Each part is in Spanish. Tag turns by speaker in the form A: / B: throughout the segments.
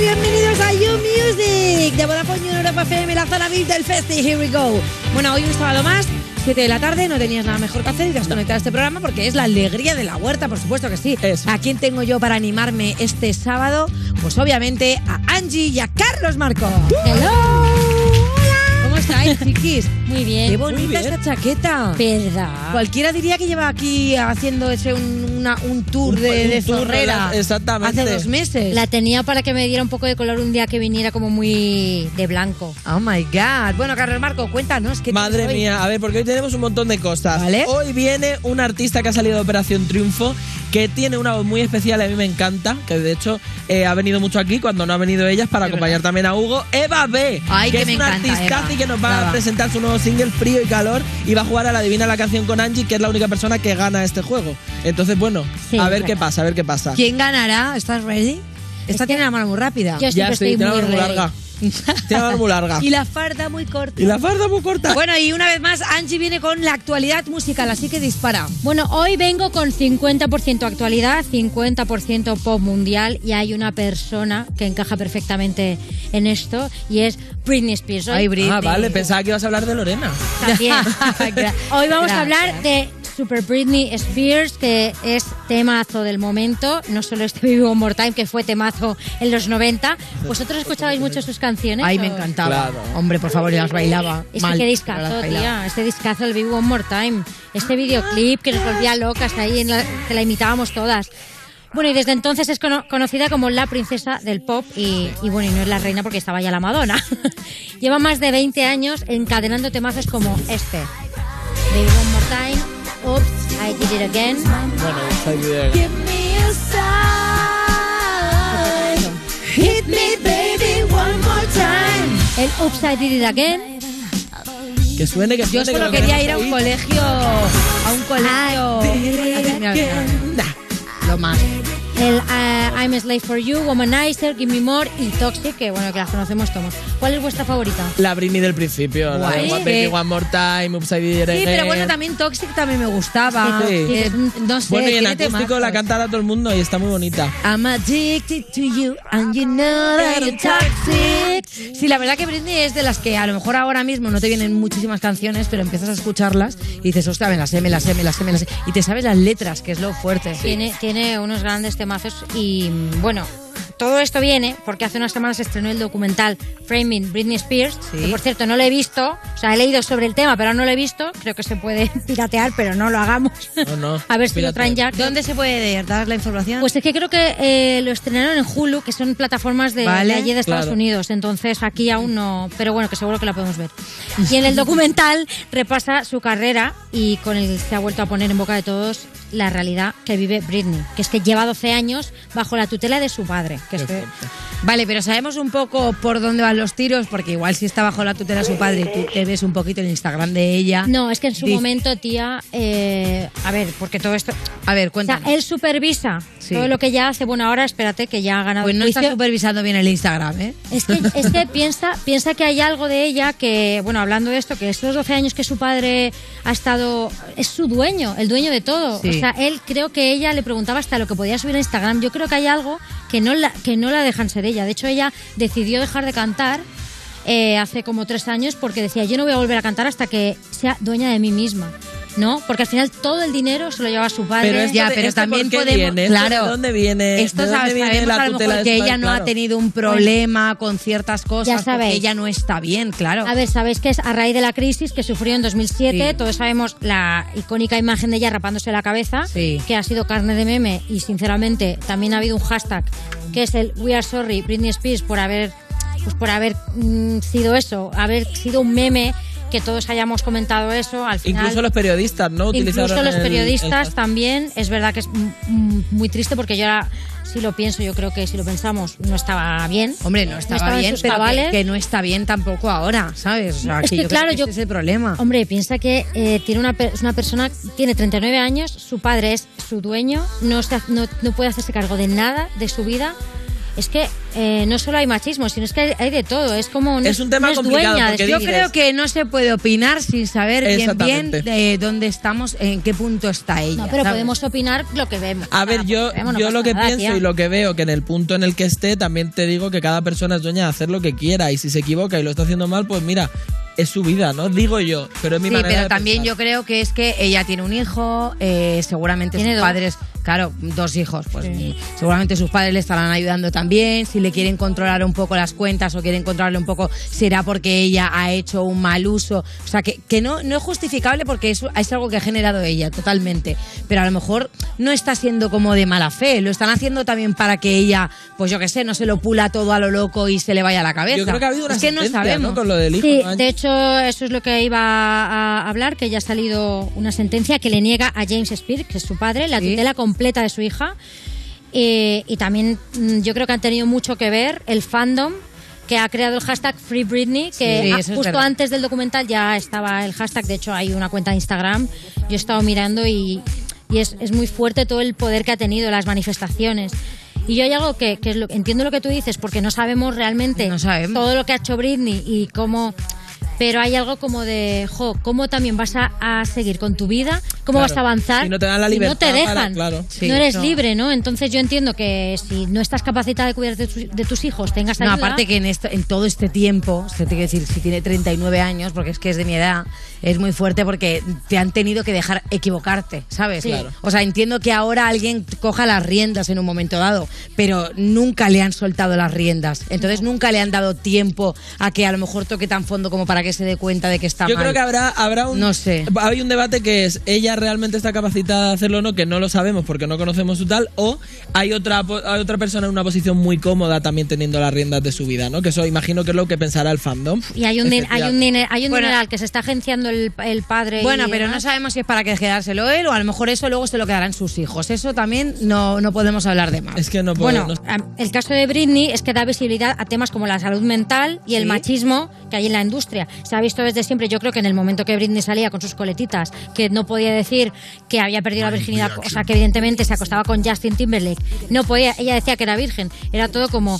A: Bienvenidos a You Music de Vodafone You en Europa FM, la zona VIP del Festi. Here we go. Bueno, hoy un sábado más, 7 de la tarde, no tenías nada mejor que hacer y te has conectado a este programa porque es la alegría de la huerta, por supuesto que sí. ¿A quién tengo yo para animarme este sábado? Pues obviamente a Angie y a Carlos Marco.
B: ¡Uh!
A: ¿Cómo estáis, chiquis?
B: Muy bien.
A: Qué bonita esta chaqueta.
B: ¿Verdad?
A: Cualquiera diría que lleva aquí haciéndose un, una- un tour de,
C: un
A: de
C: tour,
A: zorrera.
C: rela- exactamente.
A: Hace dos meses.
B: La tenía para que me diera un poco de color un día que viniera como muy de blanco.
A: Oh my god. Bueno, Carlos Marco, cuéntanos qué tienes
C: Madre
A: hoy?
C: mía, a ver, porque hoy tenemos un montón de cosas.
A: Vale.
C: Hoy viene un artista que ha salido de Operación Triunfo, que tiene una voz muy especial, a mí me encanta, que de hecho eh, ha venido mucho aquí cuando no ha venido ellas para acompañar también a Hugo, Eva B,
A: Ay,
C: que,
A: que
C: es
A: me
C: una
A: encanta,
C: artistaza
A: Eva.
C: y que nos va
A: Brava.
C: a presentar su nuevo single Frío y Calor y va a jugar a la Adivina la canción con Angie, que es la única persona que gana este juego. Entonces, bueno,
B: Sí,
C: a ver
B: claro.
C: qué pasa, a ver qué pasa.
A: ¿Quién ganará? ¿Estás ready? Esta tiene la mano muy rápida.
B: Yo
C: Ya
B: siempre
C: estoy,
B: estoy
C: tiene
B: muy
C: la mano muy
B: ready.
C: larga. Tiene la mano muy larga.
A: Y la farda muy corta.
C: Y la farda muy corta.
A: Bueno, y una vez más, Angie viene con la actualidad musical, así que dispara.
B: Bueno, hoy vengo con 50% actualidad, 50% pop mundial y hay una persona que encaja perfectamente en esto y es Britney Spears. Hoy
A: Ay, Britney.
C: Ah, vale, pensaba que ibas a hablar de Lorena.
B: también.
A: Gra-
B: Hoy vamos
A: gracias.
B: a hablar de Super Britney Spears, que es temazo del momento. No solo este Vivo One More Time, que fue temazo en los 90. ¿Vosotros escuchabais mucho sus canciones?
A: Pues Ay, me
B: o-
A: encantaba.
C: Claro.
A: Hombre, por favor, ya las bailaba.
B: Es Este que
A: Mal,
B: qué
A: pero
B: discazo,
A: las bailaba.
B: tía. Este discazo, el Big One More Time. Este videoclip que nos volvía locas ahí, en la, que la imitábamos todas. Bueno, y desde entonces es cono- conocida como la princesa del pop y, y bueno, y no es la reina porque estaba ya la Madonna. Lleva más de 20 años encadenando temazos como este. Big One More Time, Oops, I Did It Again.
C: Bueno, esa idea.
B: El Oops, I Did It Again.
C: Que suene, que
A: Yo
C: suene.
A: solo
C: que lo
A: quería
C: queremos
A: ir a un colegio. A un colegio. Mira, mira,
C: Nah.
A: Lo más.
B: El eh, I'm a Slave for You, Womanizer, Give Me More y Toxic, que bueno, que las conocemos todos. ¿Cuál es vuestra favorita?
C: La Britney del principio. La
A: Guay.
C: de One
A: Sí.
C: Baby, One More Time, Upside Down.
A: Sí, pero bueno, también Toxic también me gustaba.
C: Sí.
A: Eh, no sé,
C: Bueno, y en
A: tiene
C: acústico la
A: temazos.
C: cantará todo el mundo y está muy bonita.
A: I'm addicted to you and you know that I'm toxic. Sí, la verdad que Britney es de las que a lo mejor ahora mismo no te vienen muchísimas canciones, pero empiezas a escucharlas y dices, ostras, me las sé, me las sé, me las sé, me las sé. Y te sabes las letras, que es lo fuerte.
B: Tiene, tiene unos grandes temazos y mm, bueno, todo esto viene porque hace unas semanas se estrenó el documental Framing Britney Spears,
A: Sí.
B: que por cierto no lo he visto, o sea, he leído sobre el tema, pero no lo he visto, creo que se puede piratear, pero no lo hagamos.
C: No, no,
B: A ver si lo
C: piratea.
B: traen ya.
A: ¿Dónde se puede dar la información?
B: Pues es que creo que eh, lo estrenaron en Hulu, que son plataformas de,
A: Vale,
B: de allí de Estados
C: claro.
B: Unidos. Entonces aquí aún no. Pero bueno, que seguro que la podemos ver. Y en el documental repasa su carrera y con el se ha vuelto a poner en boca de todos la realidad que vive Britney, que es que lleva 12 años bajo la tutela de su padre. Que es que-
A: Vale, pero sabemos un poco por dónde van los tiros, porque igual si está bajo la tutela su padre y tú te ves un poquito en Instagram de ella.
B: No, es que en su
A: Dice-
B: momento, tía. eh, a ver, porque todo esto.
A: A ver,
B: O sea,
A: cuéntame.
B: él supervisa
A: Sí.
B: todo lo que ya hace. Bueno, ahora espérate que ya ha ganado
A: Pues no
B: juicio.
A: está supervisando bien el Instagram, ¿eh?
B: Es que, es que piensa, piensa que hay algo de ella que, bueno, hablando de esto, que estos 12 años que su padre ha estado, es su dueño, el dueño de todo.
A: Sí.
B: O sea, él creo que ella le preguntaba hasta lo que podía subir a Instagram. Yo creo que hay algo que no la, que no la dejan ser ella. De hecho, ella decidió dejar de cantar. eh, hace como tres años porque decía yo no voy a volver a cantar hasta que sea dueña de mí misma no porque al final todo el dinero se lo llevaba su padre
C: Pero esto
A: ya,
C: de-
A: pero
C: esto
A: también
C: por qué
A: podemos.
C: viene, esto
A: claro.
C: de dónde
B: Eh,
C: viene,
A: Esto
C: de dónde
A: sabes,
C: viene
A: sabemos
C: la
A: a lo
C: tutela
A: mejor
C: de
A: que
C: España,
A: ella no ha
C: claro.
A: tenido un problema con ciertas
B: Ya
A: cosas porque
B: sabéis. Ah,
A: ella no está bien, claro.
B: A ver, sabéis que es a raíz de la crisis que sufrió en 2007,
A: Sí.
B: todos sabemos la icónica imagen de ella rapándose la cabeza,
A: Sí.
B: que ha sido carne de meme y sinceramente también ha habido un hashtag que es el We Are Sorry Britney Spears por haber pues por haber mm, sido eso, haber sido un meme que todos hayamos comentado eso al final.
C: Incluso los periodistas, ¿no?
B: Incluso
C: Utilizaron
B: los
C: el-
B: periodistas
C: el-
B: también. Es verdad que es mm, mm, muy triste porque yo ahora si lo pienso, yo creo que si lo pensamos, no estaba bien.
A: Hombre, no estaba,
B: en
A: bien,
B: sus
A: pero que,
B: cabales.
A: que no está bien tampoco ahora, ¿sabes? O sea,
B: Es que
A: yo creo
B: claro,
A: que
B: yo-
A: ese es el problema.
B: Hombre, piensa que eh, tiene una, per- es una persona, tiene 39 años, su padre es su dueño, no, se ha- no, no puede hacerse cargo de nada de su vida. Es que eh, no solo hay machismo, sino es que hay, hay de todo. Es como no
C: Es un tema
B: no es
C: complicado,
B: dueña de
C: porque
B: su-
A: Yo
C: dices?
A: creo que no se puede opinar sin saber bien bien
C: Exactamente.
A: de dónde estamos, en qué punto está ella.
B: No, pero
A: ¿sabes?
B: podemos opinar lo que vemos.
C: A
B: O sea,
C: ver, yo,
B: lo que vemos, no
C: yo
B: pasa
C: lo que
B: nada,
C: pienso
B: tía.
C: y lo que veo, que en el punto en el que esté, también te digo que cada persona es dueña de hacer lo que quiera y si se equivoca y lo está haciendo mal, pues mira, es su vida, ¿no? Digo yo, pero es mi
A: Sí,
C: manera
A: pero
C: de
A: también
C: pensar.
A: yo creo que es que ella tiene un hijo, eh, seguramente
B: Tiene
A: sus
B: dos.
A: padres, claro, dos hijos, pues seguramente sus padres le estarán ayudando también, si le quieren controlar un poco las cuentas o quieren controlarle un poco, será porque ella ha hecho un mal uso, o sea, que, que no, no es justificable porque eso es algo que ha generado ella totalmente, pero a lo mejor no está siendo como de mala fe, lo están haciendo también para que ella, pues yo qué sé, no se lo pula todo a lo loco y se le vaya a la cabeza.
C: Yo creo que ha habido una
A: es que no
C: sentencia,
A: sabemos.
C: Con lo del hijo.
B: Sí,
C: ¿no?
B: de hecho, eso es lo que iba a hablar, que ya ha salido una sentencia que le niega a James Spears, que es su padre, la
A: Sí.
B: tutela completa de su hija. Eh, y también mm, yo creo que han tenido mucho que ver el fandom que ha creado el hashtag Free Britney, que
A: Sí,
B: ah,
A: eso es
B: justo
A: verdad.
B: antes del documental ya estaba el hashtag, de hecho hay una cuenta de Instagram, yo he estado mirando y, y es, es muy fuerte todo el poder que ha tenido las manifestaciones. Y yo hay algo que, que es lo- entiendo lo que tú dices, porque no sabemos realmente
A: No sabemos.
B: todo lo que ha hecho Britney y cómo... Pero hay algo como de, jo, ¿cómo también vas a, a seguir con tu vida? ¿Cómo
C: Claro.
B: vas a avanzar?
C: Si no te dan la
B: si
C: libertad
B: no te
C: para-
B: dejan.
C: claro.
A: Sí,
B: no eres
A: no.
B: libre, ¿no? Entonces yo entiendo que si no estás capacitada de cuidar de, tus- de tus hijos, tengas
A: No,
B: ayuda...
A: aparte que en, esto- en todo este tiempo, se tiene que decir, si tiene 39 años, porque es que es de mi edad, es muy fuerte porque te han tenido que dejar equivocarte, ¿sabes?
B: Sí. Claro.
A: O sea, entiendo que ahora alguien coja las riendas en un momento dado, pero nunca le han soltado las riendas. Entonces nunca le han dado tiempo a que a lo mejor toque tan fondo como para que se dé cuenta de que está
C: Yo
A: mal.
C: creo que habrá, habrá un,
A: No sé.
C: Hay un debate que es, ¿ella realmente está capacitada de hacerlo o no? Que no lo sabemos porque no conocemos su tal. O hay otra, po- hay otra persona en una posición muy cómoda también teniendo las riendas de su vida, ¿no? Que eso imagino que es lo que pensará el fandom.
B: Y hay un, din- hay un, diner- hay un
A: Bueno.
B: dineral que se está agenciando el, el padre.
A: Bueno,
B: y
A: pero no
B: demás.
A: sabemos si es para que quedárselo él o a lo mejor eso luego se lo quedarán sus hijos. Eso también no, no podemos hablar de más.
C: Es que no puedo...
B: Bueno,
A: pues
C: no-
B: am- el caso de Britney es que da visibilidad a temas como la salud mental y el
A: Sí.
B: machismo que hay en la industria. Se ha visto desde siempre, yo creo que en el momento que Britney salía con sus coletitas, que no podía decir que había perdido la virginidad, o sea, que evidentemente se acostaba con Justin Timberlake. No podía, ella decía que era virgen. Era todo como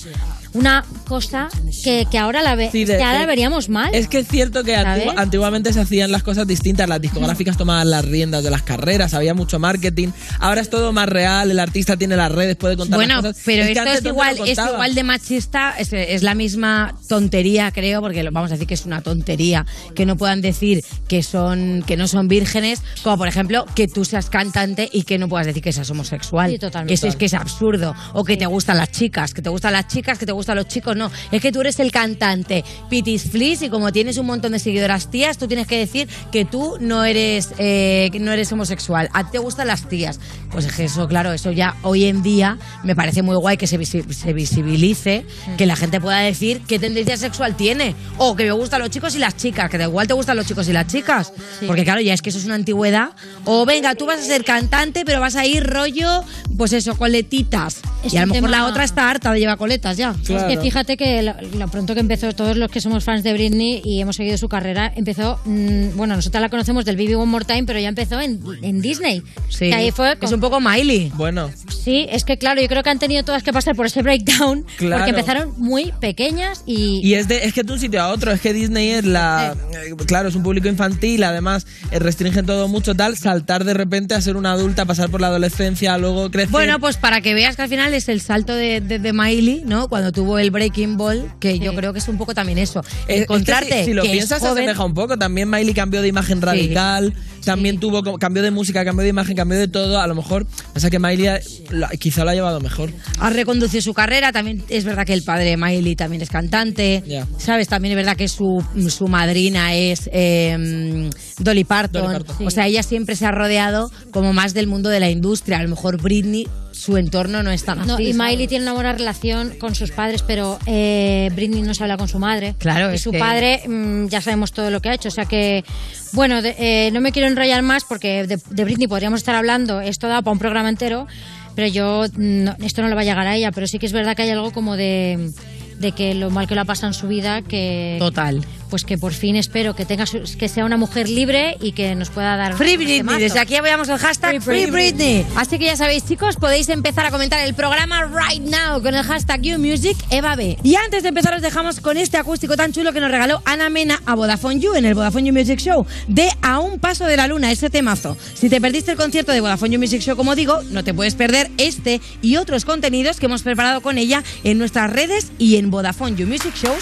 B: una cosa que, que ahora la ve,
C: Sí, de-
B: Eh, que ahora
C: de-
B: veríamos mal.
C: Es que es cierto que antigua-
B: ¿Sabes?
C: antiguamente se hacían las cosas distintas, las discográficas tomaban las riendas de las carreras, había mucho marketing, ahora es todo más real, el artista tiene las redes, puede contar las
A: Bueno,
C: cosas.
A: pero
C: que
A: esto
C: antes
A: es
C: no te
A: igual,
C: lo
A: es
C: contaban.
A: igual de machista, es, es la misma tontería, creo, porque lo- vamos a decir que es una tontería que no puedan decir que son que no son vírgenes, como por ejemplo que tú seas cantante y que no puedas decir que seas homosexual.
B: Sí, totalmente.
A: Que eso es que es absurdo o que te gustan las chicas, que te gustan las chicas, que te gustan los chicos, no, es que tú eres el cantante Pitis Flis y como tienes un montón de seguidoras tías, tú tienes que decir que tú no eres eh, que no eres homosexual, a ti te gustan las tías. Pues es que eso, claro, eso ya hoy en día me parece muy guay que se, visi- se visibilice, que la gente pueda decir qué tendencia sexual tiene o que me gustan los chicos y las chicas, que da igual te gustan los chicos y las chicas, porque claro, ya es que eso es una antigüedad o venga, tú vas a ser cantante, pero vas a ir rollo pues eso, coletitas.
B: Es
A: y a lo
B: un
A: mejor la
B: tema-
A: otra está harta de llevar coletas ya.
B: Es
C: Claro.
B: que fíjate que lo, lo pronto que empezó, todos los que somos fans de Britney y hemos seguido su carrera, empezó, mm, bueno, nosotras la conocemos del Baby One More Time, pero ya empezó en, en Disney.
A: Sí.
B: Que ahí fue con-
A: Es un poco Miley.
C: Bueno,
B: Sí, es que claro, yo creo que han tenido todas que pasar por ese breakdown,
C: Claro.
B: porque empezaron muy pequeñas y...
C: y es, de, es que de un sitio a otro, es que Disney es la... eh, Claro, es un público infantil, además eh, restringen todo mucho tal, saltar de repente a ser una adulta, pasar por la adolescencia, luego crecer...
A: Bueno, pues para que veas que al final es el salto de, de, de Miley, ¿no? Cuando tuvo el Breaking Ball, que yo creo que es un poco también eso.
C: Es- es que
A: Encontrarte
C: si, si lo
A: que es
C: piensas, se
A: joven-
C: asemeja un poco. También Miley cambió de imagen radical. También tuvo como- cambió de música, cambió de imagen, cambió de todo. A lo mejor, o sea que Miley ha- la- quizá lo ha llevado mejor.
A: a reconducir su carrera. También es verdad que el padre de Miley también es cantante.
C: Ya.
A: ¿Sabes? También es verdad que su, su madrina es eh, Dolly Parton.
C: Dolly Parton.
A: O sea, ella siempre se ha rodeado como más del mundo de la industria. A lo mejor Britney, su entorno no es tan así.
B: No, y
A: ¿sabes?
B: Miley tiene una buena relación con sus padres, pero eh, Britney no se habla con su madre.
A: Claro,
B: Y
A: es
B: su
A: que-
B: padre mm, ya sabemos todo lo que ha hecho. O sea que, bueno, de- eh, no me quiero enrollar más porque de, de Britney podríamos estar hablando, esto da para un programa entero. Pero yo, no, esto no le va a llegar a ella, pero sí que es verdad que hay algo como de, de que lo mal que lo ha pasado en su vida, que...
A: Total.
B: Pues que por fin espero que tenga su- que sea una mujer libre y que nos pueda dar...
A: Free
B: este
A: Britney,
B: mazo.
A: desde aquí apoyamos el hashtag Free
B: Free Britney.
A: Britney.
D: Así que ya sabéis, chicos, podéis empezar a comentar el programa right now con el hashtag YouMusic Eva B.
A: Y antes de empezar os dejamos con este acústico tan chulo que nos regaló Ana Mena a Vodafone You en el Vodafone You Music Show de A un paso de la luna, ese temazo. Si te perdiste el concierto de Vodafone You Music Show, como digo, no te puedes perder este y otros contenidos que hemos preparado con ella en nuestras redes y en Vodafone You Music Show.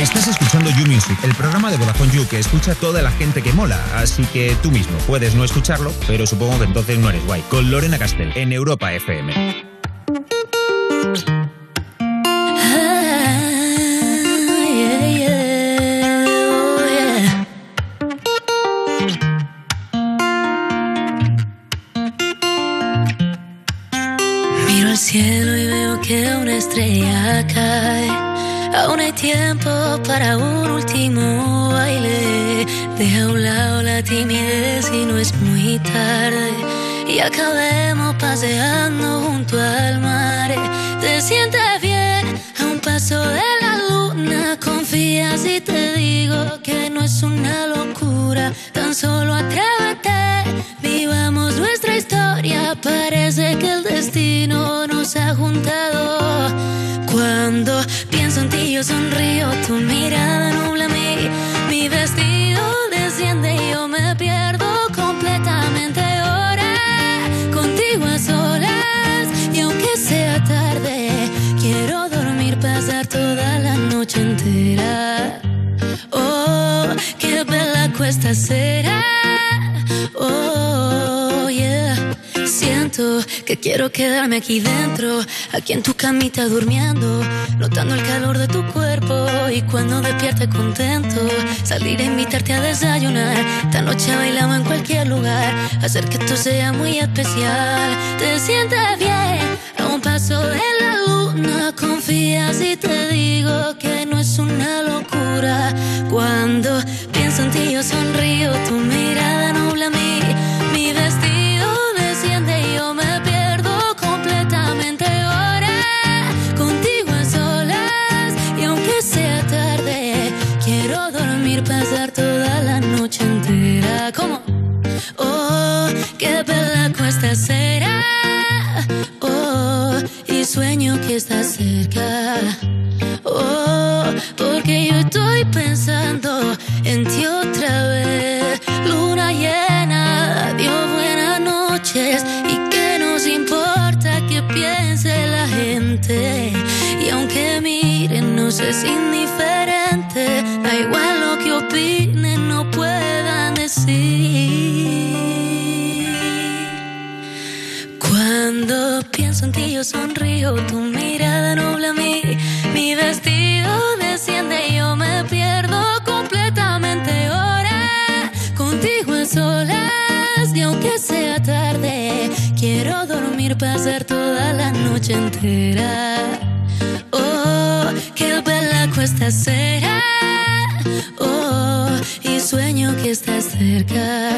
E: Estás escuchando You Music, el programa de Vodafone You que escucha toda la gente que mola, así que tú mismo puedes no escucharlo, pero supongo que entonces no eres guay. Con Lorena Castel en Europa FM.
D: Miro al cielo y veo que una estrella cae. Aún hay tiempo para un último baile. Deja a un lado la timidez y no es muy tarde. Y acabemos paseando junto al mar. Te sientes bien a un paso de la luna. Confía si te digo que no es una locura. Tan solo atrévete. Vivamos nuestra historia, parece que el destino nos ha juntado. Cuando pienso en ti yo sonrío, tu mirada nubla mi, mi vestido desciende y yo me pierdo completamente ahora. Contigo a solas y aunque sea tarde, quiero dormir, pasar toda la noche entera. Oh, qué bella cuesta será. Oh, yeah. Siento que quiero quedarme aquí dentro, aquí en tu camita durmiendo, notando el calor de tu cuerpo y cuando despierte contento, salir a invitarte a desayunar. Esta noche bailamos en cualquier lugar, hacer que esto sea muy especial. Te sientas bien a un paso de la luna, confía si te digo que no es una locura. Cuando pienso en ti yo sonrío, tu mirada nubla mi, mi vestido desciende y yo me pierdo completamente ahora. Contigo a solas y aunque sea tarde, quiero dormir, pasar toda la noche entera. Como, oh, qué bella cuesta será. Oh, y sueño que estás cerca. Oh, porque yo estoy pensando en ti otra vez. Luna llena, Dios, buenas noches. Y que nos importa que piense la gente. Y aunque miren, no sé si indiferente. Da igual lo que opinen, no puedan decir. Cuando pienso en ti yo sonrío, tu mirada nubla mi, mi vestido desciende y yo me pierdo completamente ahora. Contigo en solas y aunque sea tarde, quiero dormir, pasar toda la noche entera. Oh, qué bella cuesta será. Oh, y sueño que estás cerca.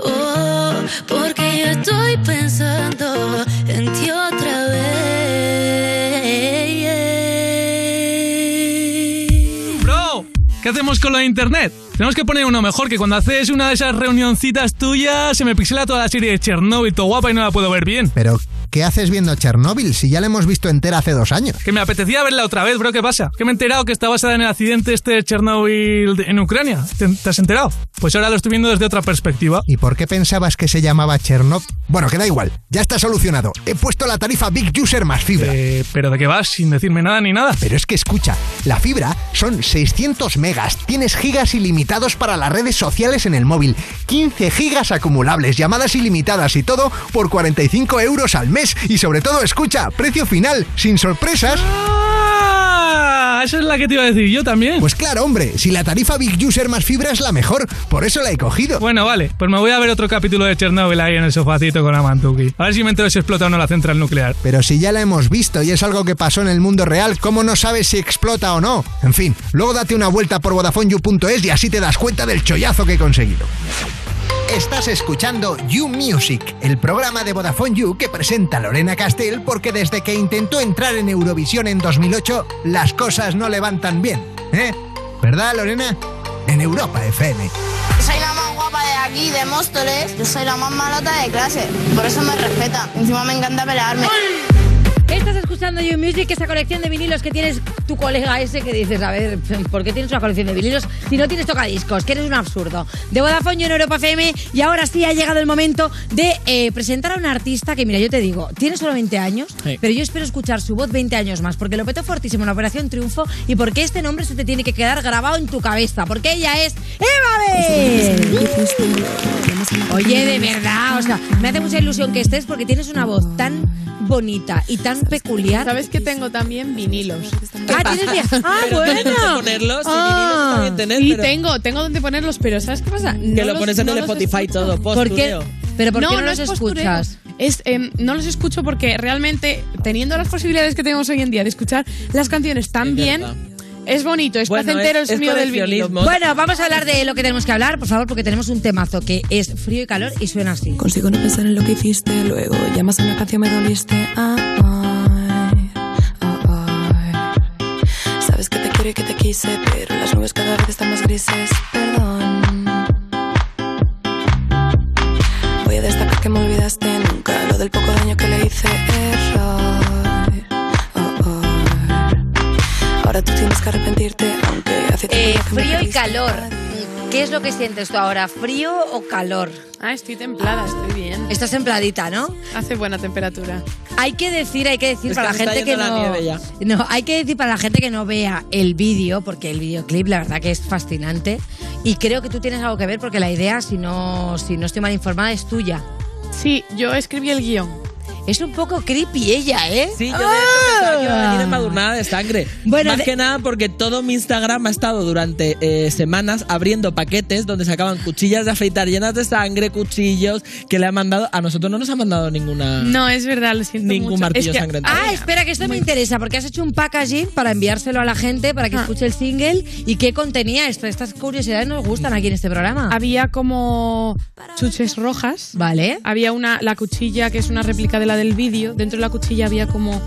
D: Oh, porque yo estoy pensando en ti otra vez.
F: Bro, ¿qué hacemos con la internet? Tenemos que poner uno mejor, que cuando haces una de esas reunioncitas tuyas se me pixela toda la serie de Chernobyl, todo guapa y no la puedo ver bien.
G: Pero, ¿qué haces viendo Chernóbil si ya la hemos visto entera hace dos años?
F: Que me apetecía verla otra vez, bro, ¿qué pasa? Que me he enterado que está basada en el accidente este de Chernobyl de- en Ucrania. ¿Te, te has enterado? Pues ahora lo estoy viendo desde otra perspectiva.
G: ¿Y por qué pensabas que se llamaba Chernov? Bueno, que da igual, ya está solucionado. He puesto la tarifa Big User más fibra.
F: Eh, pero de qué vas sin decirme nada ni nada.
G: Pero es que escucha, la fibra son 600 megas, tienes gigas ilimitados para las redes sociales en el móvil, 15 gigas acumulables, llamadas ilimitadas y todo por 45 euros al mes. Y sobre todo, escucha, precio final, sin sorpresas.
F: ¡Ah! Esa es la que te iba a decir yo también.
G: Pues claro, hombre, si la tarifa Big User más fibra es la mejor, por eso la he cogido.
F: Bueno, vale, pues me voy a ver otro capítulo de Chernobyl ahí en el sofacito con Amantuki. A ver si me entero si explota o no la central nuclear.
G: Pero si ya la hemos visto y es algo que pasó en el mundo real, ¿cómo no sabes si explota o no? En fin, luego date una vuelta por VodafoneYou.es y así te das cuenta del chollazo que he conseguido. Estás escuchando You Music, el programa de Vodafone You que presenta Lorena Castell porque desde que intentó entrar en Eurovisión en 2008 las cosas no le van tan bien. ¿Eh? ¿Verdad, Lorena? En Europa FM.
H: Soy la más guapa de aquí, de Móstoles. Yo soy la más malota de clase. Por eso me respetan. Encima me encanta pelearme.
A: Estás escuchando You Music, esa colección de vinilos que tienes tu colega ese que dices, a ver, ¿por qué tienes una colección de vinilos si no tienes tocadiscos? Que eres un absurdo. De Vodafone You en Europa FM y ahora sí ha llegado el momento de eh, presentar a un artista que, mira, yo te digo, tiene solo 20 años,
C: Sí.
A: pero yo espero escuchar su voz 20 años más porque lo petó fortísimo en la Operación Triunfo y porque este nombre se te tiene que quedar grabado en tu cabeza porque ella es Eva B. Oye, de verdad, o sea, me hace mucha ilusión que estés porque tienes una voz tan bonita y tan peculiar.
I: ¿Sabes que tengo también vinilos?
A: Ah, tienes bien. Ah,
C: Pero
A: bueno. Ah.
C: ¿dónde ponerlos? Si vinilos está bien tener,
I: Sí,
C: pero
I: tengo, tengo donde ponerlos, pero ¿sabes qué pasa?
C: Que lo pones en el Spotify todo,
A: ¿Por qué?
C: postureo.
A: Pero ¿por qué no, los
I: es postureo.
A: escuchas?
I: Es, em, no los escucho porque realmente, teniendo las posibilidades que tenemos hoy en día de escuchar las canciones tan
C: Es
I: bien,
C: verdad.
I: es bonito, es
C: Bueno,
I: placentero
C: es-
I: el
C: es
I: sonido del vinilo.
C: coleccionismo.
A: Bueno, vamos a hablar de lo que tenemos que hablar, por favor, porque tenemos un temazo que es frío y calor y suena así.
H: Consigo no pensar en lo que hiciste luego. Llamas a una canción, me doliste. Ah, Ay, ay. Sabes que te quiero y que te quise, pero las nubes cada vez están más grises. Perdón. Voy a destacar que me olvidaste nunca lo del poco daño que le hice. Error. Oh, oh. Ahora tú tienes que arrepentirte, aunque hace tiempo
A: Eh,
H: ya que me
A: frío y
H: perdiste.
A: calor. ¿Qué es lo que sientes tú ahora? ¿Frío o calor?
I: Ah, estoy templada, estoy bien.
A: Estás templadita, ¿no?
I: Hace buena temperatura.
A: Hay que decir, hay que decir
C: Es
A: para
C: que
A: la
C: se
A: gente
C: está
A: que
C: yendo la
A: no.
C: nieve ya.
A: No, hay que decir para la gente que no vea el vídeo, porque el videoclip la verdad que es fascinante. Y creo que tú tienes algo que ver porque la idea, si no, si no estoy mal informada, es tuya.
I: Sí, yo escribí el guión.
A: Es un poco creepy ella, ¿eh? Ah.
C: Sí, yo de hecho pensaba que iba a venir embadurnada de sangre.
A: Bueno,
C: Más
A: de-
C: que nada porque todo mi Instagram ha estado durante eh, semanas abriendo paquetes donde sacaban cuchillas de afeitar llenas de sangre, cuchillos que le ha mandado. A nosotros no nos ha mandado ninguna.
I: No, es verdad, lo siento
C: Ningún
I: mucho.
C: martillo
I: es que-
C: sangriento.
A: Ah, espera, que esto me interesa, porque has hecho un packaging para enviárselo a la gente,
I: Ah.
A: para que escuche el single. ¿Y qué contenía esto? Estas curiosidades nos gustan aquí en este programa.
I: Había como chuches rojas.
A: Vale.
I: Había una, la cuchilla, que es una réplica de la del vídeo. Dentro de la cuchilla había como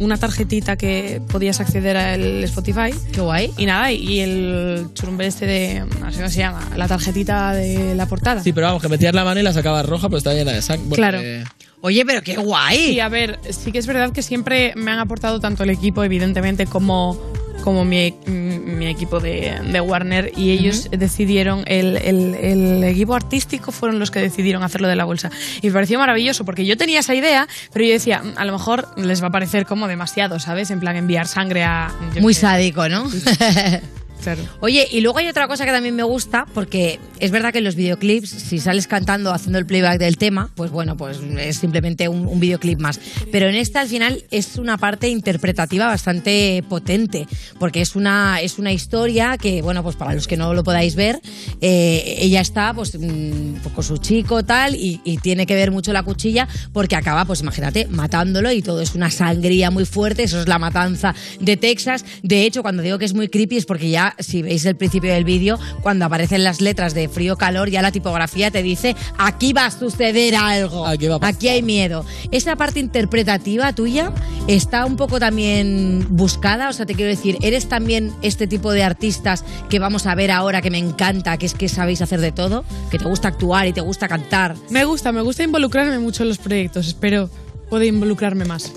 I: una tarjetita que podías acceder al Spotify.
A: Qué guay.
I: Y nada, y el churumbe este de. No sé cómo se llama. La tarjetita de la portada.
C: Sí, pero vamos, que metías la mano y la sacabas roja, pero estaba llena de sangre. Bueno,
I: Claro.
C: eh,
A: Oye, pero qué
I: Y
A: guay.
I: a ver, sí que es verdad que siempre me han aportado tanto el equipo, evidentemente, como, como mi, mm, mi equipo de, de Warner. Y ellos decidieron, el, el- el equipo artístico fueron los que decidieron hacerlo de la bolsa. Y me pareció maravilloso porque yo tenía esa idea, pero yo decía, "Mm, a lo mejor les va a parecer como demasiado, ¿sabes? En plan, enviar sangre a. yo
A: Muy
I: qué sé,
A: sádico, ¿no?
I: claro.
A: Oye, y luego hay otra cosa que también me gusta, porque es verdad que en los videoclips, si sales cantando, haciendo el playback del tema, pues bueno, pues es simplemente un, un videoclip más. Pero en esta al final es una parte interpretativa bastante potente, porque es una, es una historia que, bueno, pues para los que no lo podáis ver, eh, ella está pues, mm, pues con su chico tal, y, y tiene que ver mucho la cuchilla, porque acaba, pues imagínate, matándolo y todo es una sangría muy fuerte, eso es la matanza de Texas. De hecho, cuando digo que es muy creepy es porque ya, si veis el principio del vídeo, cuando aparecen las letras de frío-calor, ya la tipografía te dice, aquí va a suceder algo,
C: Aquí va a pasar".
A: hay miedo. Esa parte interpretativa tuya está un poco también buscada, o sea, te quiero decir, ¿eres también este tipo de artistas que vamos a ver ahora, que me encanta, que es que sabéis hacer de todo, que te gusta actuar y te gusta cantar?
I: Me gusta, me gusta involucrarme mucho en los proyectos. Espero poder involucrarme más.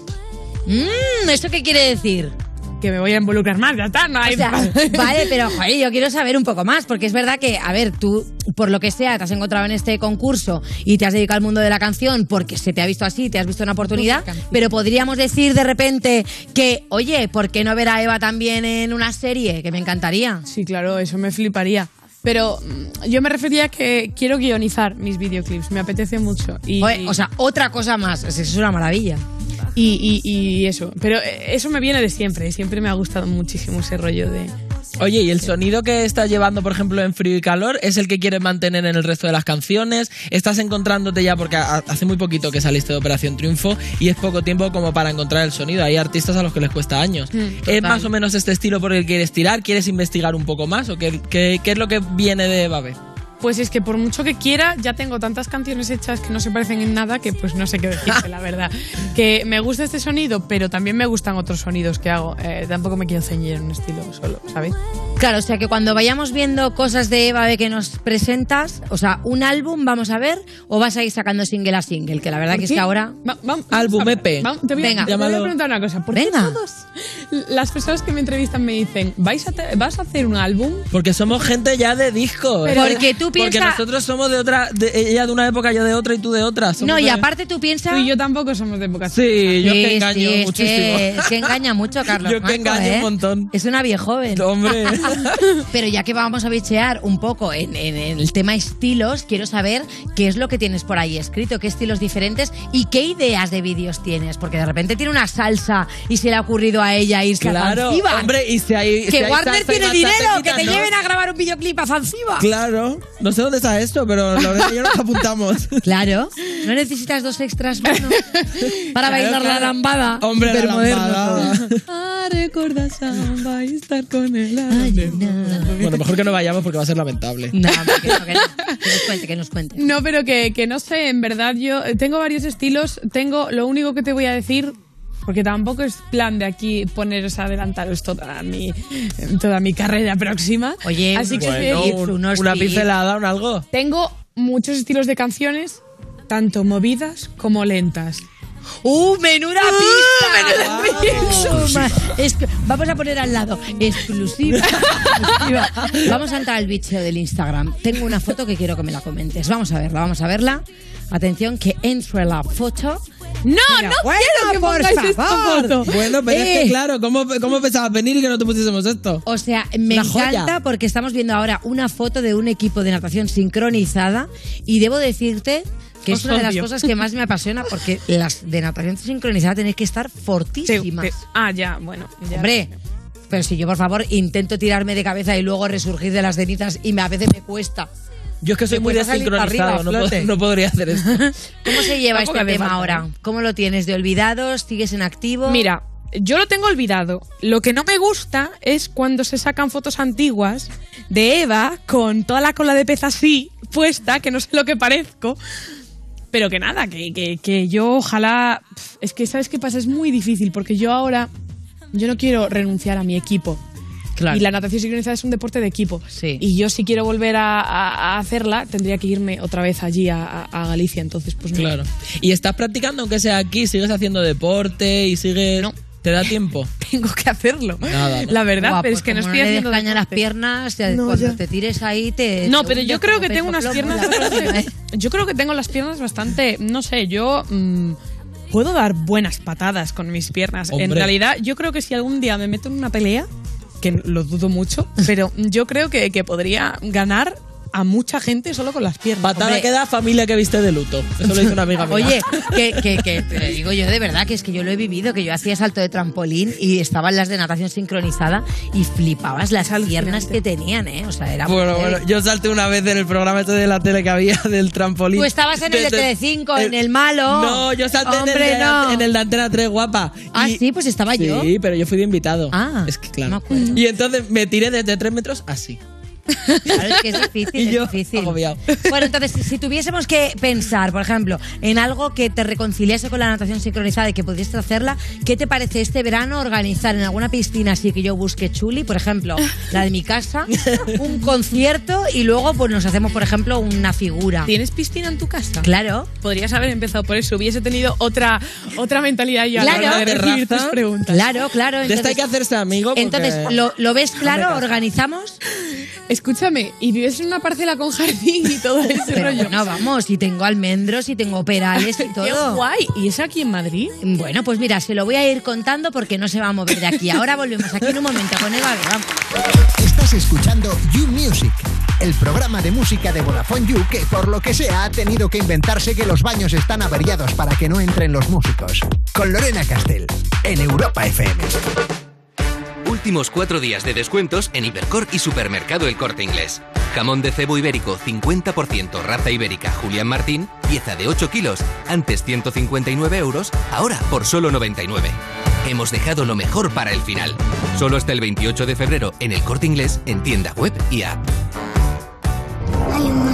A: Mm, ¿Esto qué quiere decir?
I: Que me voy a involucrar más, ya está, no hay.
A: O sea, vale, pero joder, yo quiero saber un poco más, porque es verdad que, a ver, tú, por lo que sea, te has encontrado en este concurso y te has dedicado al mundo de la canción porque se te ha visto así, te has visto una oportunidad, pero podríamos decir de repente que, oye, ¿por qué no ver a Eva también en una serie? Que me encantaría.
I: Sí, claro, eso me fliparía. Pero mm, yo me refería a que quiero guionizar mis videoclips, me apetece mucho. Y,
A: Joder, o sea, otra cosa más, es, es una maravilla.
I: y, y- y eso. Pero eh, eso me viene de siempre, y siempre me ha gustado muchísimo ese rollo de...
C: Oye, ¿y el sonido que estás llevando, por ejemplo, en Frío y Calor, es el que quieres mantener en el resto de las canciones? ¿Estás encontrándote ya, porque ha- hace muy poquito que saliste de Operación Triunfo y es poco tiempo como para encontrar el sonido? Hay artistas a los que les cuesta años.
A: Mm,
C: ¿Es
I: total.
C: Eh, más o menos este estilo por el que quieres tirar? ¿Quieres investigar un poco más? ¿O qué, qué- qué es lo que viene de Babe?
I: Pues es que por mucho que quiera, ya tengo tantas canciones hechas que no se parecen en nada que pues no sé qué decirte, la verdad. Que me gusta este sonido, pero también me gustan otros sonidos que hago. Eh, tampoco me quiero ceñir en un estilo solo, ¿sabes?
A: Claro, o sea que cuando vayamos viendo cosas de Eva B que nos presentas, o sea, un álbum vamos a ver o vas a ir sacando single a single, que la verdad que es que ahora...
I: E
C: Álbum EP.
I: Vamos, te voy, a-
A: Venga.
I: te voy a
A: Llámalo.
I: preguntar una cosa. ¿Por
A: Venga.
I: qué todas las personas que me entrevistan me dicen, ¿Vais a te- ¿vas a hacer un álbum?
C: Porque somos gente ya de disco.
A: Pero- Porque tú
C: Porque
A: piensa-
C: nosotros somos de otra. de- ella de una época, yo de otra y tú de otra. Somos
A: No, y
C: de-
A: aparte tú piensas...
I: Tú y yo tampoco somos de época.
C: Sí, yo
A: Sí,
C: que engaño
A: sí, es
C: muchísimo.
A: Que, es que engaña mucho, Carlos.
C: Yo que
A: Marco,
C: engaño
A: ¿eh?
C: un montón. Este
A: Es una vieja joven.
C: Hombre.
A: Pero ya que vamos a bichear un poco en, en- en el tema estilos, quiero saber qué es lo que tienes por ahí escrito, qué estilos diferentes y qué ideas de vídeos tienes. Porque de repente tiene una salsa y se le ha ocurrido a ella irse a
C: Claro,
A: Zanzíbar.
C: hombre, y si hay. si
A: Que
C: hay
A: Warner
C: salsa y
A: tiene
C: más
A: dinero, que
C: salsita,
A: te
C: ¿no?
A: lleven a grabar un videoclip a Zanzíbar.
C: Claro, no sé dónde está esto, pero Lorena y yo nos apuntamos.
A: Claro, no necesitas dos extras manos para bailar la lambada.
C: Hombre, la
A: Ah, Hipermoderno
C: lambada.
A: todo.
I: Ah, recuerda samba y estar con el
A: Ay,
I: álbum.
A: no.
C: Bueno, mejor que no vayamos porque va a ser lamentable.
A: No, hombre, que, no, que no. Que nos cuente, que nos cuente.
I: No, pero que, que no sé, en verdad yo eh, tengo varios estilos, tengo lo único que te voy a decir, porque tampoco es plan de aquí poneros a adelantaros toda mi, toda mi carrera próxima.
A: Oye,
I: así que
C: Bueno,
I: sé-
C: un-
A: unos
C: una
A: tips.
C: pincelada, un algo.
I: tengo muchos estilos de canciones, tanto movidas como lentas. ¡Uh,
A: ¡Uh, menuda pista! Pues Es que- vamos a poner al lado exclusiva. exclusiva. Vamos a entrar al bicheo del Instagram. Tengo una foto que quiero que me la comentes. Vamos a verla, vamos a verla. Atención, que entre la foto.
I: No,
A: Pero
I: no
A: bueno,
I: quiero que
A: por
I: pongáis esta
A: favor.
I: foto.
C: Bueno, pero es
A: Eh.
C: que claro, ¿cómo, ¿cómo pensabas venir y que no te pusiésemos esto?
I: Oh,
A: O sea, me
C: Una joya.
A: encanta porque estamos viendo ahora una foto de un equipo de natación sincronizada y debo decirte que
I: Os
A: es una de las
I: odio.
A: cosas que más me apasiona porque las de natación sincronizada tenéis que estar
I: Te-
A: fortísimas.
I: te- ah, ya, bueno. ya.
A: Hombre, pero si yo, por favor, intento tirarme de cabeza y luego resurgir de las cenizas y me, a veces me cuesta.
C: Yo es que soy
A: Me
C: muy
A: puedes salir para arriba,
C: desincronizado, no, pod-
A: flote.
C: no podría hacer esto.
A: ¿Cómo se lleva
I: Tampoco
A: este
I: hace
A: tema
I: falta,
A: ahora? ¿Cómo lo tienes? ¿De olvidados? ¿Sigues en activo?
I: Mira, yo lo tengo olvidado. Lo que no me gusta es cuando se sacan fotos antiguas de Eva con toda la cola de pez así puesta, que no sé lo que parezco. Pero que nada, que, que- que yo ojalá... pf, Es que, ¿sabes qué pasa? Es muy difícil porque yo ahora... Yo no quiero renunciar a mi equipo.
A: Claro.
I: Y la natación sincronizada es un deporte de equipo.
A: Sí.
I: Y yo si quiero volver a, a- a hacerla, tendría que irme otra vez allí a, a- a Galicia. Entonces, pues no.
C: Claro. ¿Y estás practicando aunque sea aquí? ¿Sigues haciendo deporte y sigues...?
I: No.
C: ¿Te da tiempo?
I: tengo que hacerlo.
C: Nada, nada.
I: La verdad,
A: Buah,
I: pero es
A: pues
I: que no
A: como
I: estoy
A: le des
I: haciendo
A: caña a las
I: deporte.
A: piernas, ya
I: No,
A: cuando
I: ya.
A: te tires ahí te...
I: No,
A: te
I: pero yo
A: hundes
I: creo
A: como
I: que tengo
A: pez
I: unas
A: plomo,
I: piernas.
A: la próxima, ¿eh?
I: Yo creo que tengo las piernas bastante. No sé, yo. mm, puedo dar buenas patadas con mis piernas. En
C: Hombre.
I: realidad, yo creo que si algún día me meto en una pelea, que lo dudo mucho, pero yo creo que, que podría ganar a mucha gente solo con las piernas.
C: Patada
A: Hombre.
C: que da familia que viste de luto. Eso lo dice una amiga mía.
A: Oye, que, que, que te lo digo yo de verdad, que es que yo lo he vivido, que yo hacía salto de trampolín y estaban las de natación sincronizada y flipabas las piernas que tenían, ¿eh? O sea, era
C: Bueno,
A: muy-
C: bueno, yo salté una vez en el programa este de la tele que había del trampolín.
A: Tú
I: Pues
A: estabas en el de Telecinco, en el malo.
C: eh, No, yo salté en el
A: Hombre,
C: de-
A: no.
C: en el de Antena 3, guapa.
A: Ah,
C: Y-
A: sí, pues estaba yo.
C: Sí, pero yo fui de invitado.
A: Ah,
C: es que
A: no
C: claro.
A: me acuerdo.
C: y entonces me tiré desde 3 metros así.
A: Claro, es que es difícil,
C: Y
A: es
C: yo,
A: difícil.
C: agobiado.
A: Bueno, entonces, si- si tuviésemos que pensar, por ejemplo, en algo que te reconciliase con la natación sincronizada y que pudieses hacerla, ¿qué te parece este verano organizar en alguna piscina así que yo busque chuli, por ejemplo, la de mi casa, un concierto y luego pues nos hacemos, por ejemplo, una figura?
I: ¿Tienes piscina en tu casa?
A: Claro.
I: Podrías haber empezado por eso. Hubiese tenido otra, otra mentalidad yo a la
A: Claro.
I: hora de recibir tus
C: Terraza.
I: preguntas.
A: Claro, claro.
C: De esta hay que
A: Entonces,
C: hacerse amigo. porque-
A: entonces, ¿lo, lo ves claro? ¿Organizamos?
I: Escúchame, y vives en una parcela con jardín y todo ese
A: Pero
I: rollo.
A: bueno, vamos, y tengo almendros y tengo perales y todo.
I: Qué guay. ¿Y es aquí en Madrid?
A: Bueno, pues mira, se lo voy a ir contando porque no se va a mover de aquí. Ahora volvemos aquí en un momento con Eva. Vega.
G: Estás escuchando You Music, el programa de música de Vodafone You que por lo que sea ha tenido que inventarse que los baños están averiados para que no entren los músicos. Con Lorena Castell, en Europa FM.
J: Últimos cuatro días de descuentos en Hipercor y Supermercado El Corte Inglés. Jamón de cebo ibérico 50% raza ibérica Julián Martín, pieza de 8 kilos, antes 159 euros, ahora por solo 99. Hemos dejado lo mejor para el final. Solo hasta el 28 de febrero en El Corte Inglés, en tienda web y app.
D: Hay un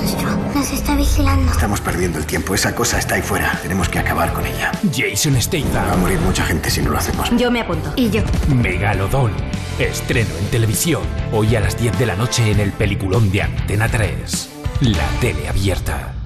K: Nos está vigilando.
G: Estamos perdiendo el tiempo. Esa cosa está ahí fuera. Tenemos que acabar con ella.
J: Jason Statham.
G: Va a morir mucha gente si no lo hacemos.
K: Yo me apunto. Y yo.
J: Megalodón. Estreno en televisión. Hoy a las 10 de la noche en el peliculón de Antena 3. La tele abierta.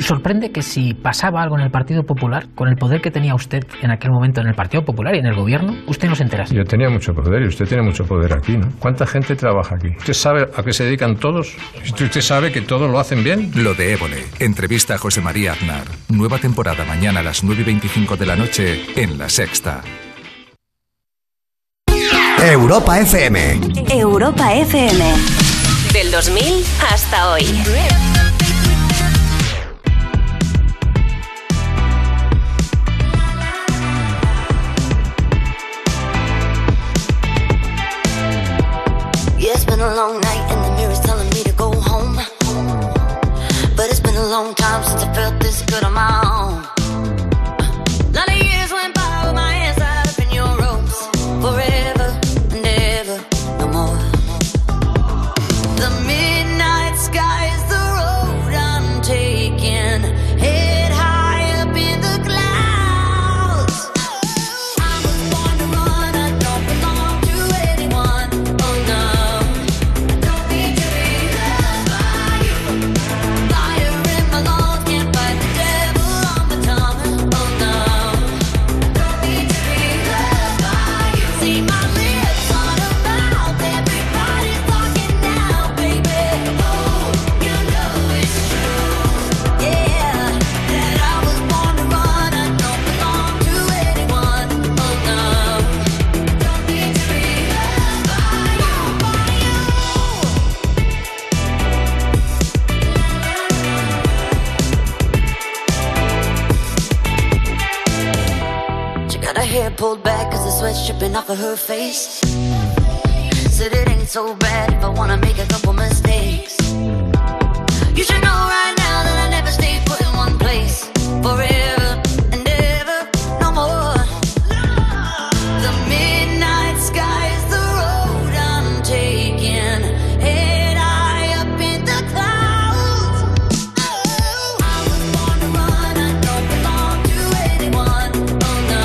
C: Sorprende que si pasaba algo en el Partido Popular, con el poder que tenía usted en aquel momento en el Partido Popular y en el gobierno, usted no se enterase.
L: Yo tenía mucho poder y usted tiene mucho poder aquí, ¿no? ¿Cuánta gente trabaja aquí? ¿Usted sabe a qué se dedican todos? ¿Usted sabe que todos lo hacen bien?
M: Lo de Évole. Entrevista a José María Aznar. Nueva temporada mañana a las 9 y 25 de la noche en La Sexta.
G: Europa FM.
N: Europa FM. Del 2000 hasta hoy.
O: Yeah, it's been a long night and the mirror's telling me to go home. But it's been a long time since I felt this good on my own. Lot of years went by with my hands tied up in your ropes. Forever and ever, no more. The midnight sky is the road I'm taking. Head high up in the clouds. I was born to run, I don't belong to anyone. Oh no. She got her hair pulled back cause the sweat's dripping off of her face. Said it ain't so bad if I wanna make a couple mistakes. You should know right now that I never stay put in one place forever and ever, no more. The midnight sky is the road I'm taking. Head high up in the clouds. Oh. I was born to run, I don't belong to anyone. Oh no.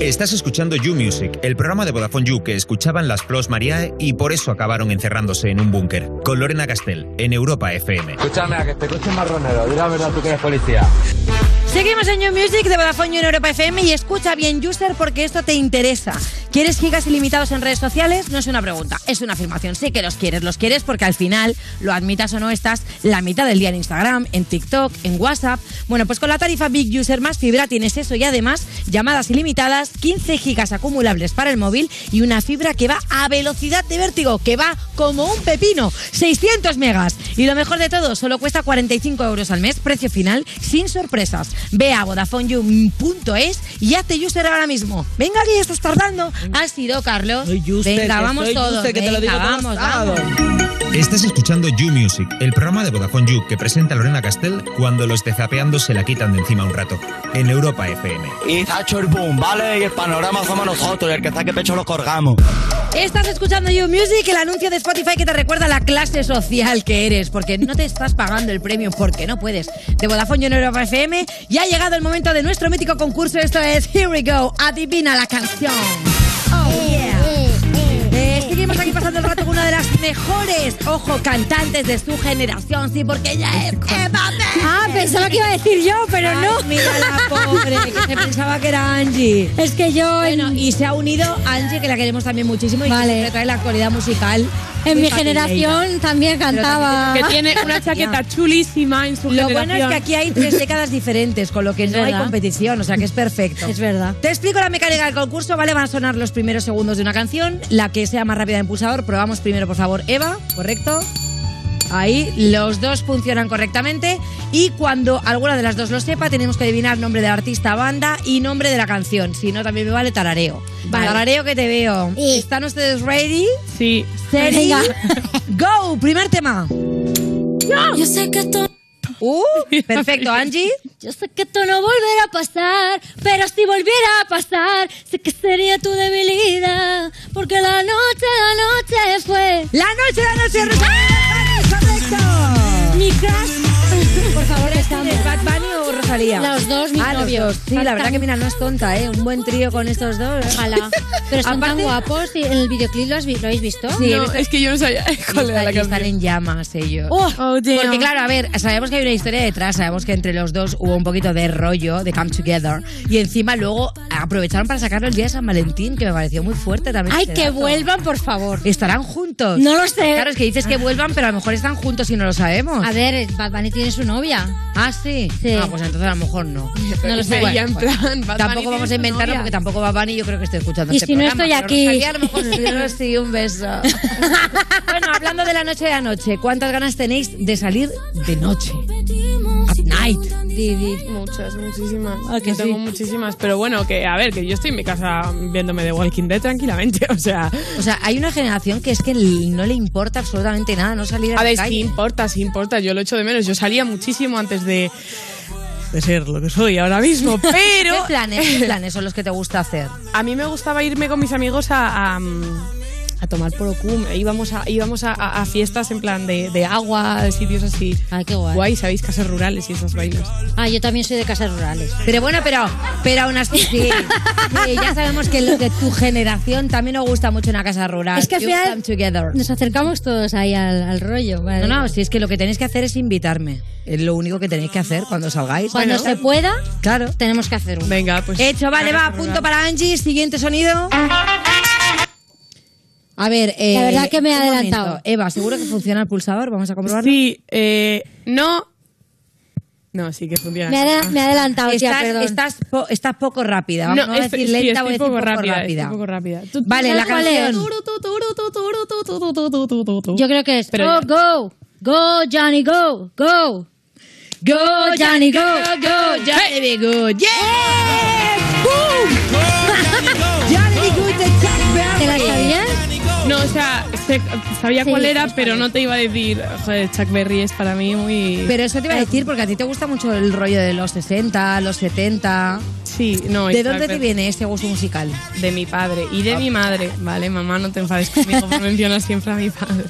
E: Estás escuchando You Music, el programa de Vodafone You que escuchaban las Flos Mariae y por eso acabaron encerrándose en un búnker. Con Lorena Castel, en Europa FM.
P: Escúchame, a que este coche es marronero. Dile la verdad, tú que eres policía.
A: Seguimos en New Music de Vodafone You en Europa FM y escucha bien, user, porque esto te interesa. ¿Quieres gigas ilimitados en redes sociales? No es una pregunta, es una afirmación. Sí que los quieres, los quieres porque al final, lo admitas o no, estás la mitad del día en Instagram, en TikTok, en WhatsApp. Bueno, pues con la tarifa Big User más fibra tienes eso y además llamadas ilimitadas, 15 gigas acumulables para el móvil y una fibra que va a velocidad de vértigo, que va como un pepino, 600 megas. Y lo mejor de todo, solo cuesta 45 euros al mes, precio final, sin sorpresas. Ve a vodafoneyou.es y hazte user ahora mismo. Venga, que ya estás tardando. Ha sido Carlos.
Q: user,
A: Venga,
Q: que
A: vamos
Q: soy
A: todos.
Q: user, que te lo
A: Venga,
Q: digo todo
A: vamos,
Q: asado.
A: vamos.
E: Estás escuchando You Music, el programa de Vodafone You que presenta Lorena Castel cuando los de Zapeando se la quitan de encima un rato. En Europa FM.
P: Y Zacho el boom, ¿vale? Y el panorama somos nosotros, y el que está que pecho lo colgamos.
A: Estás escuchando You Music, el anuncio de Spotify que te recuerda la clase social que eres, porque no te estás pagando el premio, porque no puedes. De Vodafone You en Europa FM, y ha llegado el momento de nuestro mítico concurso. Esto es Here We Go, adivina la canción. Oh, yeah. Eh, seguimos aquí pasando el rato con una de las mejores, ojo, cantantes de su generación, sí, porque ella es Eva Ah, pensaba que iba a decir yo, pero no. Mira la pobre. pobre, que se pensaba que era Angie. Es que yo. Bueno, y se ha unido Angie, que la queremos también muchísimo y
B: Vale.
A: que trae la actualidad musical.
B: En mi
A: Fíjate,
B: generación
A: Leila.
B: también cantaba.
A: Pero también-
I: chulísima en su
A: Lo bueno es que aquí hay tres décadas diferentes, con lo que no hay
B: verdad.
A: competición, o sea que es perfecto. Es verdad. Te explico la mecánica del concurso, ¿vale? Van a sonar los primeros segundos de una canción, la que sea más rápida de impulsador. Probamos primero, por favor, Eva, ¿correcto? Ahí, los dos funcionan correctamente y cuando alguna de las dos lo sepa, tenemos que adivinar nombre del artista, banda y nombre de la canción. Si no, también me vale tarareo.
B: Vale.
A: Tarareo que te veo. ¿Están ustedes ready?
I: Sí.
A: Steady.
B: Venga.
A: Go, primer tema.
B: Yo sé que esto.
A: Uh, perfecto, Angie.
B: Yo sé que esto no volverá a pasar, pero si volviera a pasar, sé que sería tu debilidad, porque la noche, la noche fue.
A: La noche, la noche, correcto.
B: Mi crush.
A: Por favor, ¿están Bad Bunny o Rosalía?
B: Los dos, mis
A: Ah, los
B: novios.
A: dos. Sí, la verdad que mira, no es tonta, ¿eh? Un buen trío con estos dos. ¿eh?
B: Ojalá. Pero son tan
A: Aparte-
B: guapos. y ¿En el videoclip lo, has vi- lo habéis visto?
A: Sí, he visto-
I: que yo no sabía
A: y están- y están en llamas ellos.
B: Oh, oh, damn.
A: Porque claro, a ver, sabemos que hay una historia detrás, sabemos que entre los dos hubo un poquito de rollo, de come together, y encima luego aprovecharon para sacarlo el día de San Valentín, que me pareció muy fuerte también.
B: Ay,
A: ese
B: que
A: este dato.
B: vuelvan, por favor.
A: ¿Estarán juntos?
B: No lo sé.
A: Claro, es que dices que vuelvan, pero a lo mejor están juntos y no lo sabemos.
B: A ver, Bad Bunny tiene su novia.
A: Ah, sí.
B: Sí.
A: Ah, pues entonces a lo mejor no.
B: No lo sé.
A: Bueno,
B: Ya en
A: bueno.
B: plan, Bad Bunny
A: tampoco
B: tiene
A: vamos a
B: su
A: inventarlo
B: novia.
A: porque tampoco va Bunny, yo creo que estoy escuchando
B: Y
A: este
B: si no
A: programa,
B: estoy
A: pero
B: aquí.
A: Rosalía, a lo mejor sí, yo no sí, un beso. bueno, hablando de la noche de anoche, ¿cuántas ganas tenéis de salir de noche? At night.
I: Muchas, muchísimas.
A: Ah, que
I: Yo tengo
A: sí.
I: muchísimas. Pero bueno, que a ver, que yo estoy en mi casa viéndome de Walking Dead tranquilamente. O sea.
A: O sea, hay una generación que es que no le importa absolutamente nada no salir a,
I: A
A: la
I: ver, sí
A: calle.
I: importa, sí importa. Yo lo echo de menos. Yo salía muchísimo antes de. De ser lo que soy ahora mismo. Pero.
A: ¿Qué planes, qué planes son los que te gusta hacer?
I: A mí me gustaba irme con mis amigos a, a, a tomar por cum. Íbamos a, íbamos a, a- a fiestas en plan de, de agua, de sitios así.
B: Ah, qué guay.
I: Guay, sabéis, casas rurales y esos bailes.
B: Ah, yo también soy de casas rurales.
A: Pero bueno, pero, pero aún así sí. Sí, ya sabemos que lo de tu generación también nos gusta mucho una casa rural.
B: Es que al
A: You
B: final
A: come together.
B: Nos acercamos todos ahí al, al rollo. ¿vale?
A: No, no, si es que lo que tenéis que hacer es invitarme. Es lo único que tenéis que hacer cuando salgáis. Eh,
B: Cuando se pueda,
A: Claro.
B: tenemos que hacer uno.
I: Venga, pues.
A: Hecho, vale, va. Punto para Angie. Siguiente sonido. A ver, eh,
B: La verdad que me he
A: un
B: adelantado.
A: momento. Eva, ¿seguro que funciona el pulsador? Vamos a comprobarlo.
I: Sí, eh, no. No, sí que funciona.
B: Me ha, me ha adelantado, tía,
A: Estás,
B: perdón.
A: estás, po- estás poco rápida. Vamos
I: No,
A: a
I: estoy-
A: decir
I: sí,
A: lenta,
I: estoy
A: voy a decir
I: poco
A: poco
I: rápida,
A: rápida.
I: estoy poco rápida. Tú-
A: Vale, la
B: ¿Sabes cuál es?
A: canción.
B: Yo creo que es. go,
I: Pero ya.
B: go. Go, Johnny, go. Go. Go,
A: Oh,
B: Johnny, go. Go, Johnny, go.
A: ¡Yeah! ¡Boom! Johnny Good de Chuck Berry.
B: ¿Te la sabías?
I: No, o sea, sé- sabía
B: Sí,
I: cuál era,
B: pues
I: pero
B: vale.
I: no te iba a decir, joder, Chuck Berry es para mí muy...
A: Pero eso te
B: Eh.
A: iba a decir porque a ti te gusta mucho el rollo de los 60, los 70.
I: Sí, no.
A: ¿De
I: es
A: dónde
I: Chuck
A: te
I: Berry.
A: viene este gusto musical? Ah.
I: De mi padre y de mi madre. Vale, mamá, no te enfades conmigo por mencionar siempre a mi padre.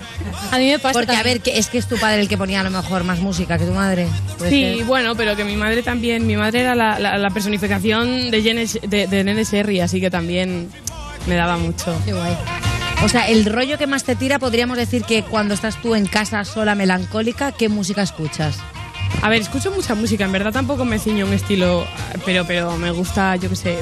B: A mí me pasa.
A: Porque, a
B: también.
A: ver, que es que es tu padre el que ponía a lo mejor más música que tu madre. Puede
I: Sí,
A: ser.
I: bueno, pero que mi madre también, mi madre era la, la- la personificación de, Jen- de, de Nene Sherry, así que también me daba mucho.
B: Qué guay.
A: O sea, el rollo que más te tira, podríamos decir que cuando estás tú en casa sola, melancólica, ¿qué música escuchas?
I: A ver, escucho mucha música, en verdad tampoco me ciño un estilo, pero, pero me gusta, yo qué sé,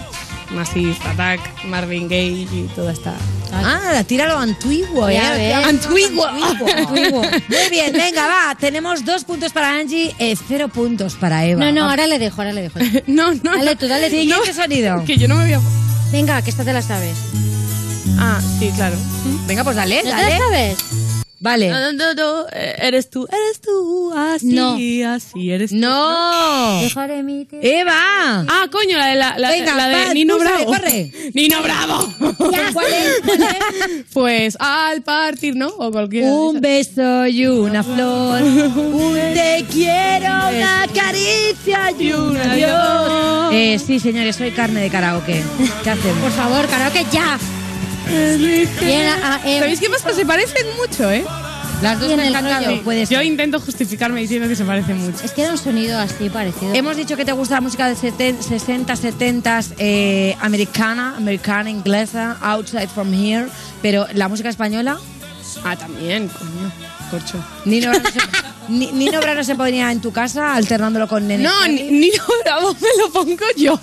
I: Massive Attack, Marvin Gaye y toda esta...
A: Ah, tira lo antiguo, ¿eh?
B: Ya ves.
A: Antiguo.
B: Antiguo.
A: Muy bien, venga, va. Tenemos dos puntos para Angie, eh, cero puntos para Eva.
B: No, no,
A: Vamos.
B: ahora le dejo, ahora le dejo.
I: No, no,
B: Dale tú, dale tú.
A: Siguiente este sonido.
I: que yo no me voy a...
B: Venga, que esta te la sabes.
I: Ah, sí, claro.
A: Venga, pues dale,
B: ¿No te la
A: dale.
B: sabes?
A: Vale.
I: No, no, no, eh, eres tú, eres tú, así,
B: No.
I: así, eres tú.
A: No.
B: Dejaré mi te-
A: Eva.
I: Ah, coño, la de, la, la-
A: Venga,
I: la de
A: va,
I: Nino
A: púsale,
I: Bravo.
A: corre.
I: Nino Bravo.
A: ¿Cuál es? ¿Cuál es?
I: Pues al partir, ¿no? O cualquier.
A: Un beso y
I: Ah.
A: una flor. Un te quiero, una caricia y un adiós. Eh, sí, señores, soy carne de karaoke. ¿Qué
B: Por
A: hacemos?
B: favor, karaoke ya. Bien, a- a- eh,
I: ¿Sabéis qué pasa? Se parecen mucho, ¿eh?
A: Las dos
B: Y en
A: me
B: el
A: encantan,
B: rollo.
A: puede ser.
I: Yo intento justificarme diciendo que se parecen mucho.
B: Es que era un sonido así parecido.
A: Hemos dicho que te gusta la música de 70, 60, 70, eh, americana, americana, inglesa, outside from here, pero la música española,
I: Ah, también, coño. Corcho.
A: Nino Bravo, Ni- Nino Bravo se ponía en tu casa alternándolo con Nene.
I: No, ni- Nino Bravo me lo pongo yo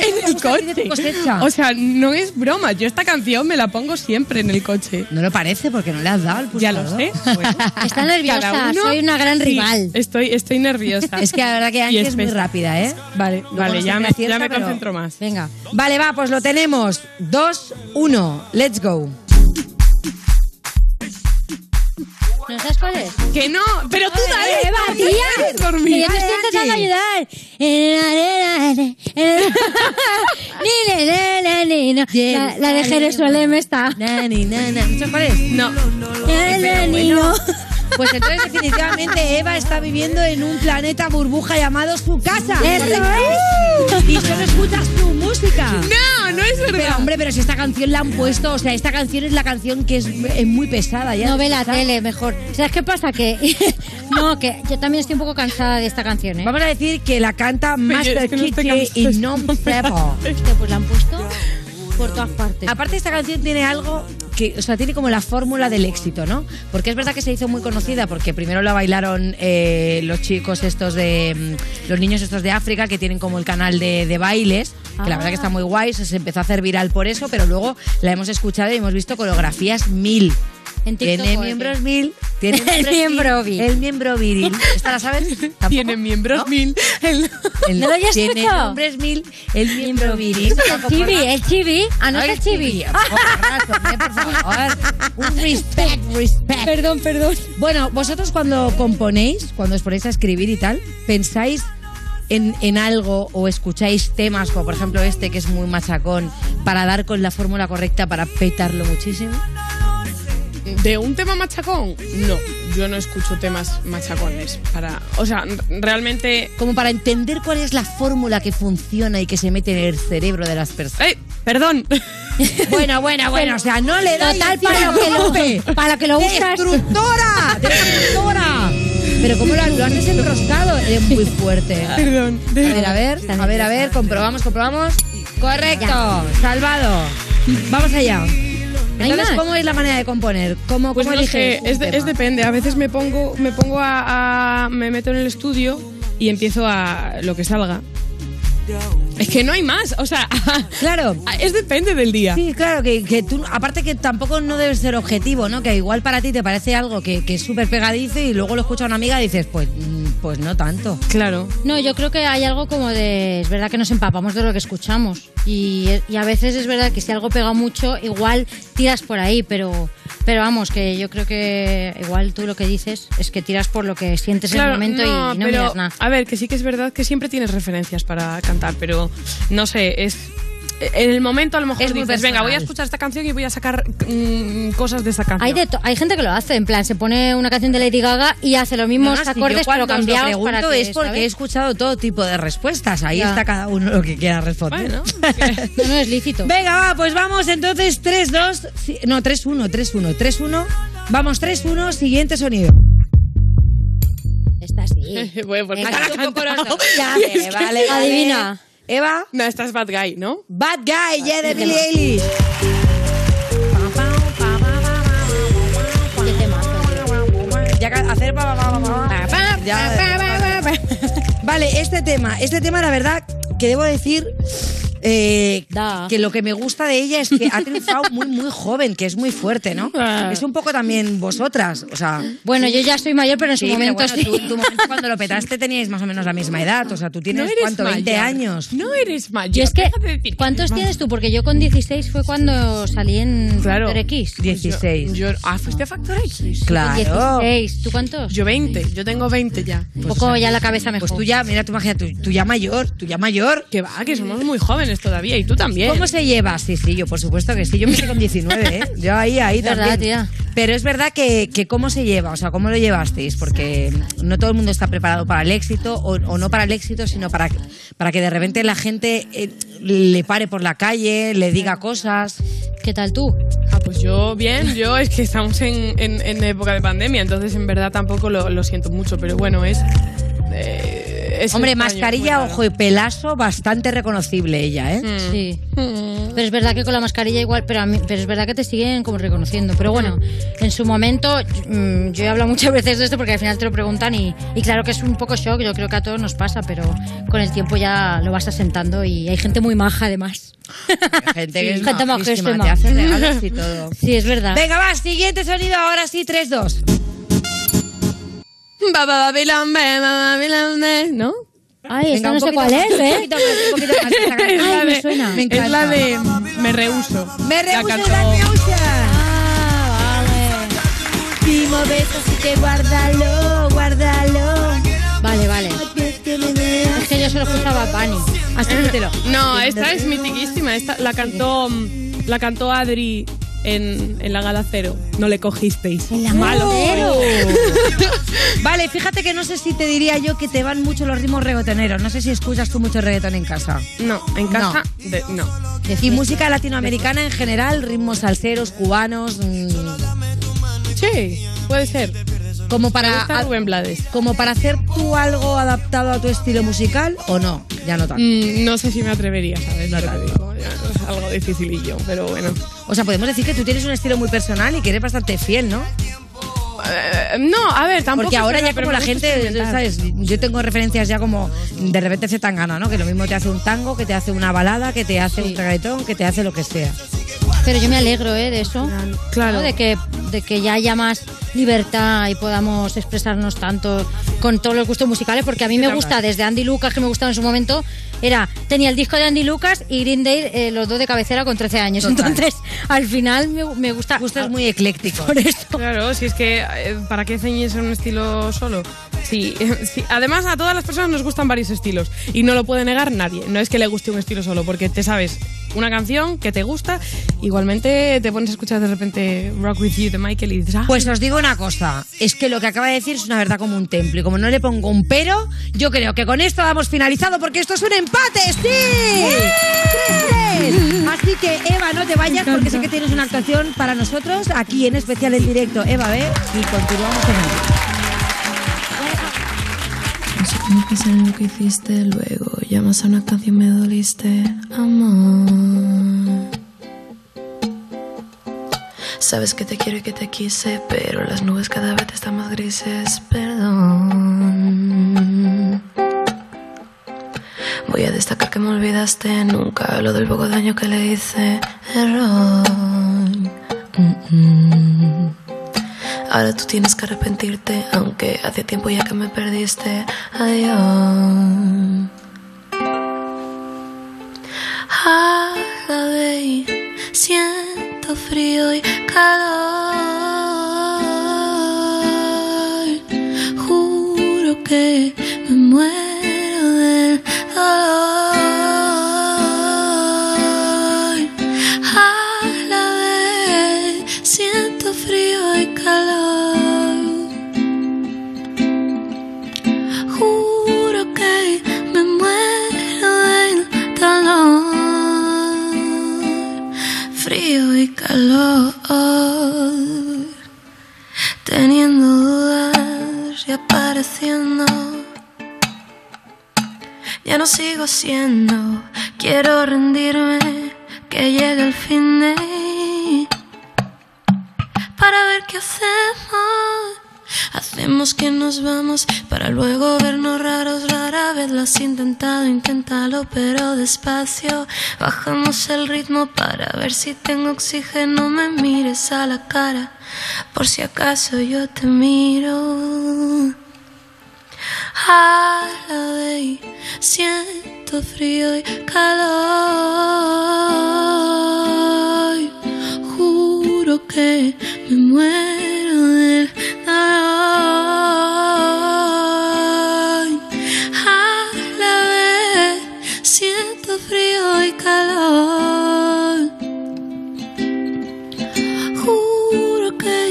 I: en el coche. O sea, no es broma. Yo esta canción me la pongo siempre en el coche.
A: No lo parece porque no le has dado
I: Ya lo sé. bueno.
B: Está nerviosa,
I: Cada uno-
B: soy una gran
I: Sí,
B: rival.
I: Estoy, estoy nerviosa.
A: Es que la verdad que Angie
I: Y
A: es muy
I: espesa.
A: rápida, ¿eh?
I: Vale,
A: Luego
I: vale,
A: no
I: ya
A: siempre
I: me,
A: acierta,
I: ya me
A: pero-
I: concentro más.
A: Venga. Vale, va, pues lo tenemos. Dos, uno. Let's go.
B: ¿No sabes cuál es?
I: Que no, pero tú dale,
B: Eva,
I: dale,
B: tía.
I: dale por mí.
B: Que yo te estoy intentando
I: Dale, Angie.
B: ayudar. Eh, la, la, la, la, la. Ni, le, le, le, ni, no. La- La de Jerusalén está.
A: Nani, nana. ¿Sabes cuál es?
I: No.
B: Pero bueno.
A: Pues entonces definitivamente Eva está viviendo en un planeta burbuja llamado su casa.
B: ¡Eso
A: es! Y solo escuchas tu música.
I: No, no es verdad.
A: Pero hombre, pero si esta canción la han puesto, o sea, esta canción es la canción que es, es muy pesada ya.
B: No ve la
A: ¿sabes?
B: tele, mejor. ¿Sabes qué pasa? Que. No, que yo también estoy un poco cansada de esta canción, ¿eh?
A: Vamos a decir que la canta
B: Pero
A: Master
B: es que no te
A: Kitty
B: canses,
A: y Non Pepper.
B: Hostia, pues la han puesto por todas partes.
A: Aparte, esta canción tiene algo que, o sea, tiene como la fórmula del éxito, ¿no? Porque es verdad que se hizo muy conocida porque primero la bailaron eh, los chicos estos de. mm, los niños estos de África que tienen como el canal de, de bailes, que la verdad
B: Ah.
A: que está muy guay, se se empezó a hacer viral por eso, pero luego la hemos escuchado y hemos visto coreografías mil.
B: En TikTok,
A: tiene
B: ¿o qué?
A: miembros mil, tiene
B: El
A: miembros
B: miembro
A: mil,
B: viril.
A: El miembro viril. ¿Esta la sabes?
I: Tiene miembros mil. El-
A: El-
B: ¿No lo habías
A: tiene
B: escuchado?
A: miembros mil, el miembro viril.
B: El chibi, el chibi. Ah, no
A: Ay,
B: es el chibi.
A: porrazo, eh, por favor. Un respect, respect. Perdón, perdón. Bueno, vosotros cuando componéis, cuando os ponéis a escribir y tal, ¿pensáis en, en algo o escucháis temas, como por ejemplo este que es muy machacón, para dar con la fórmula correcta para petarlo muchísimo?
I: ¿De un tema machacón? No, yo no escucho temas machacones. Para, o sea, r- realmente.
A: Eh, Como para entender cuál es la fórmula que funciona y que se mete en el cerebro de las personas.
I: ¡Ey! ¡Perdón!
A: Bueno, bueno, bueno, o sea, no le dais
B: Total,
A: encima
B: para
A: al
B: lo que
A: golpe.
B: lo, para lo que lo usas.
A: ¡Destructora! ¡Destructora! Pero ¿cómo lo, lo haces enroscado? Eres muy fuerte.
I: Perdón.
A: A ver, a ver, a ver, a ver, comprobamos, comprobamos. Correcto, salvado. Vamos allá. Entonces,
B: más?
A: ¿cómo es la manera de componer? ¿Cómo,
I: Pues
A: cómo
I: no sé,
A: eliges un
I: es, de-
A: tema?
I: es depende. A veces me pongo, me pongo a, a- me meto en el estudio y empiezo a lo que salga. Es que no hay más, o sea,
A: Claro.
I: es depende del día.
A: Sí, claro, que, que tú, aparte que tampoco no debes ser objetivo, ¿no? Que igual para ti te parece algo que, que es súper pegadizo y luego lo escucha una amiga y dices, pues, mm, pues no tanto.
I: Claro.
B: No, yo creo que hay algo como de. Es verdad que nos empapamos de lo que escuchamos. Y, y a veces es verdad que si algo pega mucho, igual tiras por ahí, pero. Pero vamos, que yo creo que igual tú lo que dices es que tiras por lo que sientes en este el momento y no
I: pero,
B: miras nada.
I: A ver, que sí que es verdad que siempre tienes referencias para cantar, pero no sé, es. En el momento a lo mejor
A: Es muy
I: dices, venga, voy a
A: personal.
I: escuchar esta canción y voy a sacar mm, cosas de esa canción.
B: Hay, de to- hay gente que lo hace, en plan, se pone una canción de Lady Gaga y hace los
A: No,
B: mismos
A: no, si
B: acordes,
A: yo cuando
B: pero
A: os lo
B: cambiados
A: pregunto
B: para que,
A: es porque he
B: ¿sabes?
A: escuchado todo tipo de respuestas. Ahí
B: Ya.
A: está cada uno lo que quiera responder.
I: Bueno,
B: No, no, es lícito.
A: Venga, va, pues vamos entonces 3-2. si- No, 3-1, 3-1, 3-1. Vamos, 3-1, siguiente sonido.
B: Está así.
I: Bueno, porque
B: Venga,
I: la
B: tú
I: canta.
B: cocoroso.
A: Ya,
I: Es
A: vale,
I: que-
A: vale.
B: Adivina.
A: Eva,
I: No, esta es Bad Guy, ¿no?
A: Bad Guy, yeah, de Billie Eilish.
B: Qué temazo, tío.
A: Ya ca- hacer pa, pa, pa, pa, pa. Ya, Vale, este tema, este tema la verdad que debo decir eh,
B: Da.
A: que lo que me gusta de ella es que ha triunfado muy muy joven, que es muy fuerte, ¿no?
I: Ah.
A: Es un poco también vosotras, o sea,
B: Bueno, yo ya soy mayor, pero en su
A: Sí, pero
B: momento
A: bueno,
B: sí.
A: tú en tu momento cuando lo petaste teníais más o menos la misma edad, o sea, tú
I: No
A: tienes
I: eres
A: cuánto, 20
I: mayor.
A: años.
I: No eres mayor.
B: Yo es que,
I: Deja de decir que
B: ¿cuántos
I: eres mayor.
B: tienes tú? Porque yo con 16 fue cuando salí en
I: Claro.
B: Factor X.
A: 16.
I: Pues Yo, ah, pues, fuiste Factor X.
A: claro.
B: 16. ¿Tú cuántos?
I: Yo 20, yo tengo 20 ya.
B: Un poco ya la cabeza mejor.
A: Pues tú ya, mira, tú imagina, tú, tú ya mayor, tú ya mayor.
I: Que va, que somos muy jóvenes todavía y tú también.
A: ¿Cómo se lleva? Sí, sí, yo por supuesto que sí. Yo me quedé con 19, ¿eh? Yo ahí, ahí
B: Es verdad,
A: también.
B: tía.
A: Pero es verdad que, que cómo se lleva, o sea, cómo lo llevasteis, porque no todo el mundo está preparado para el éxito, o, o no para el éxito, sino para, que- para que de repente la gente eh, le pare por la calle, le diga cosas.
B: ¿Qué tal tú?
I: Ah, pues yo bien, yo es que estamos en, en- en época de pandemia, entonces en verdad tampoco lo, lo siento mucho, pero bueno, es... eh, es
A: Hombre,
I: extraño,
A: mascarilla,
I: muy raro.
A: ojo y pelazo, bastante reconocible ella, ¿eh?
I: Mm.
B: Sí. Pero es verdad que con la mascarilla igual, pero, a mí- pero es verdad que te siguen como reconociendo. Pero bueno, en su momento, mm, yo he hablado muchas veces de esto porque al final te lo preguntan y, y claro que es un poco shock, yo creo que a todos nos pasa, pero con el tiempo ya lo vas asentando y hay gente muy maja además.
A: Gente
B: Sí,
A: que es
B: gente
A: majísima,
B: majísima.
A: te hacen regalos y todo.
B: Sí, es verdad.
A: Venga, va, siguiente sonido, ahora sí, 3-2.
I: Ba, ba, babilón, be, ba, babilón, be, ¿No?
B: Ay,
A: esta no sé cuál es, ¿eh?
I: Es
B: Ay,
I: la
B: me
I: de-
B: suena. Me
I: Es la
B: encanta.
I: de Me rehuso.
A: Me
I: rehuso.
A: Ah,
F: Primo beso, así que guárdalo, guárdalo.
B: Vale, vale. Es que yo solo escuchaba a Pani.
I: No, esta es mitiquísima. Esta la cantó, mm, la cantó Adri en, en la gala cero. No le cogisteis. Malo.
A: vale, fíjate que no sé si te diría yo que te van mucho los ritmos reggaetoneros. No sé si escuchas tú mucho reggaetón en casa.
I: No, en casa, de- no. Este.
A: Y música latinoamericana en general, ritmos salseros, cubanos. mm.
I: Sí, puede ser.
A: Como
I: Me
A: para,
I: gusta Rubén Blades.
A: como para hacer tú algo adaptado a tu estilo musical o no, ya no tanto.
I: Mm, no sé si me atrevería, ¿sabes? Ya te digo, ya es algo dificilillo, pero bueno.
A: O sea, podemos decir que tú tienes un estilo muy personal y que eres bastante fiel, ¿no?
I: Eh, no, a ver, tampoco.
A: Porque ahora
I: es verdad,
A: ya
I: pero
A: como
I: me
A: la
I: gusta
A: gente,
I: experimentar.
A: ¿sabes? Yo tengo referencias ya como de repente se tan gana, ¿no? Que lo mismo te hace un tango, que te hace una balada, que te hace un reggaetón, que te hace lo que sea.
B: Pero yo me alegro ¿eh? de eso. Claro. De, que, de que ya haya más libertad y podamos expresarnos tanto con todos los gustos musicales, porque a mí me
A: Claro.
B: gusta desde Andy Lucas, que me gustaba en su momento, era tenía el disco de Andy Lucas y Green Day, eh, los dos de cabecera con 13 años.
A: Total.
B: Entonces, al final me, me gusta.
A: Gustos muy eclécticos.
B: Por eso.
I: Claro, si es que, eh, ¿para qué ceñirse a un estilo solo? Sí, sí. Además, a todas las personas nos gustan varios estilos y no lo puede negar nadie. No es que le guste un estilo solo, porque te sabes una canción que te gusta, igualmente te pones a escuchar de repente Rock With You de Michael y dices, ah,
A: Pues os digo una cosa, es que lo que acaba de decir es una verdad como un templo y como no le pongo un pero, yo creo que con esto damos finalizado porque esto es un empate, sí. 3-3. Así que Eva, no te vayas porque sé que tienes una actuación para nosotros aquí en especial en directo. Eva, ve y continuamos con el-
H: No sé cómo pensar en lo que hiciste luego. Llamas a una canción, me doliste, amor. Sabes que te quiero y que te quise, pero las nubes cada vez están más grises, perdón. Voy a destacar que me olvidaste nunca lo del poco daño que le hice, error. Mm, mm. Ahora tú tienes que arrepentirte, aunque hace tiempo ya que me perdiste. Adiós. Árabe y siento frío y calor. Juro que me muero del dolor. A la vez siento frío y calor. Juro que me muero del dolor. Frío y calor. Teniendo dudas y apareciendo. Ya no sigo siendo. Quiero rendirme. Que llegue el fin de para ver qué hacemos. Hacemos que nos vamos para luego vernos raros. Rara vez lo has intentado, inténtalo, pero despacio. Bajamos el ritmo para ver si tengo oxígeno. Me mires a la cara, por si acaso yo te miro. A la vez siento frío y calor. Juro que me muero del dolor. A la vez siento frío y calor. Juro que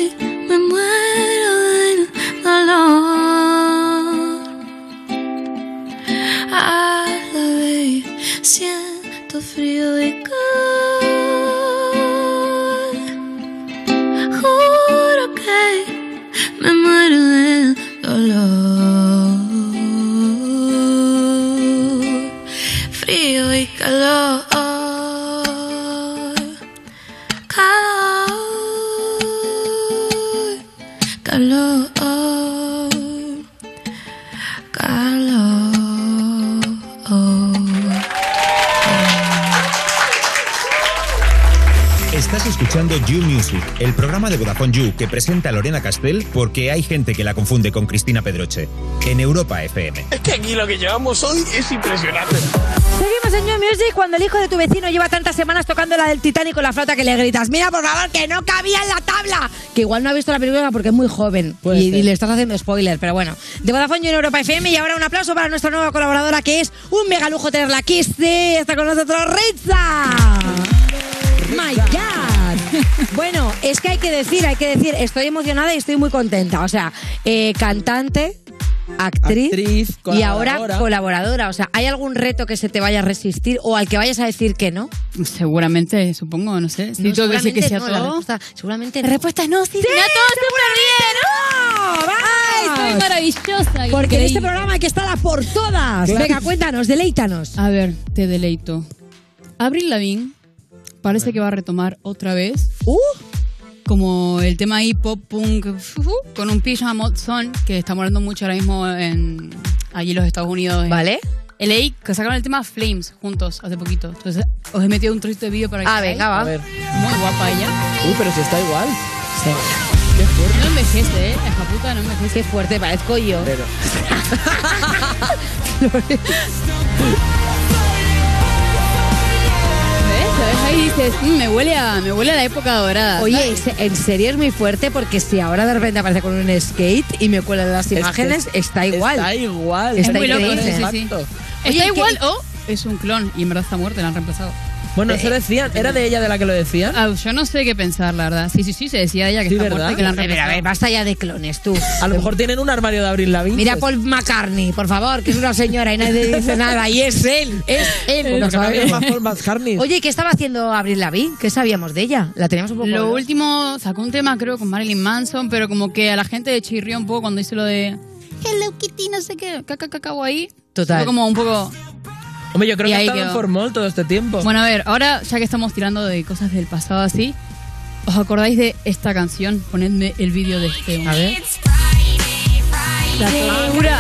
H: me muero del dolor. A la vez siento frío y calor. Juro que me muero del dolor. hay calor. Calor. Calor. Calor.
E: Estás escuchando You Music, el programa de Vodafone You que presenta Lorena Castell porque hay gente que la confunde con Cristina Pedroche. En Europa FM.
F: Es que aquí lo que llevamos hoy es impresionante.
A: Seguimos en New Music cuando el hijo de tu vecino lleva tantas semanas tocando la del Titanic con la flauta que le gritas, mira por favor que no cabía en la tabla. Que igual no ha visto la película porque es muy joven y, y le estás haciendo spoiler, pero bueno. De Vodafone You en Europa FM y ahora un aplauso para nuestra nueva colaboradora que es un mega lujo tenerla aquí. Sí, está con nosotros Ritza. My God. Bueno, es que hay que decir, hay que decir, estoy emocionada y estoy muy contenta. O sea, eh, cantante, actriz, y ahora
R: colaboradora.
A: colaboradora. O sea, ¿hay algún reto que se te vaya a resistir o al que vayas a decir que no?
R: Seguramente, supongo, no sé. Si
A: No,
R: tengo que decir que
A: seguramente
R: sea
A: no, la
R: todo.
A: respuesta- seguramente
R: La respuesta es no, sí,
A: ¡Sí,
R: no,
A: seguro bien! ¡No! ¡Vamos!
R: Ay, soy Ah, maravillosa,
A: Porque en
R: increíble.
A: este programa hay que estar a por todas.
R: Claro.
A: Venga, cuéntanos, deleítanos.
R: A ver, te deleito. Abril Lavigne parece que va a retomar otra vez.
A: Uh.
R: Como el tema hip hop punk fu- fu, con un pijama son que está morando mucho ahora mismo en allí en los Estados Unidos.
A: Vale.
R: LA, que sacaron el tema Flames juntos hace poquito. Entonces, os he metido un trocito de vídeo para que
A: Ah,
R: veáis.
A: venga, va. A ver.
R: Muy guapa ella.
C: Uy, pero si está igual.
R: No envejece, ¿eh? La puta no envejece.
A: Qué fuerte, parezco yo.
C: Pero-
R: ¿Ves? Lo ves ahí y dices, "Mm, me, huele a, me huele a la época dorada.
A: Oye, en se- en serio es muy fuerte porque si ahora de repente aparece con un skate y me cuelan las
R: que
A: imágenes, está igual.
R: está
C: igual.
R: es muy loco, sí,
A: increíble.
R: sí, sí. Está igual o es un clon y en verdad está muerto, la han reemplazado.
C: Bueno,
A: Eh,
C: eso decían. ¿Era de ella de la que lo decían?
R: Ah, yo no sé qué pensar, la verdad. Sí, sí, sí, se decía ella que
C: Sí,
R: está
C: ¿verdad?
R: muerta y que la han
C: A ver, a ver,
R: reemplazado.
A: basta ya de clones, tú.
C: A lo mejor tienen un armario de Abril Lavigne.
A: Mira
C: pues.
A: Paul McCartney, por favor, que es una señora y nadie dice nada. Y es él, es él.
C: Porque no había
A: ¿sabes?
C: más Paul McCartney.
A: Oye, ¿y ¿qué estaba haciendo Abril Lavigne? ¿Qué sabíamos de ella? La teníamos un poco...
R: Lo último, sacó un tema creo con Marilyn Manson, pero como que a la gente chirrió un poco cuando hizo lo de Hello Kitty, no sé qué, caca, cacao ahí.
C: Total.
R: Fue como un poco...
C: Hombre, yo creo
R: y
C: que ha
R: ahí
C: estado en
R: quedó.
C: formol todo este tiempo.
R: Bueno, a ver, ahora ya que estamos tirando de cosas del pasado así, ¿os acordáis de esta canción? Ponedme el vídeo de este. A ver.
A: Ah,
R: La tortura.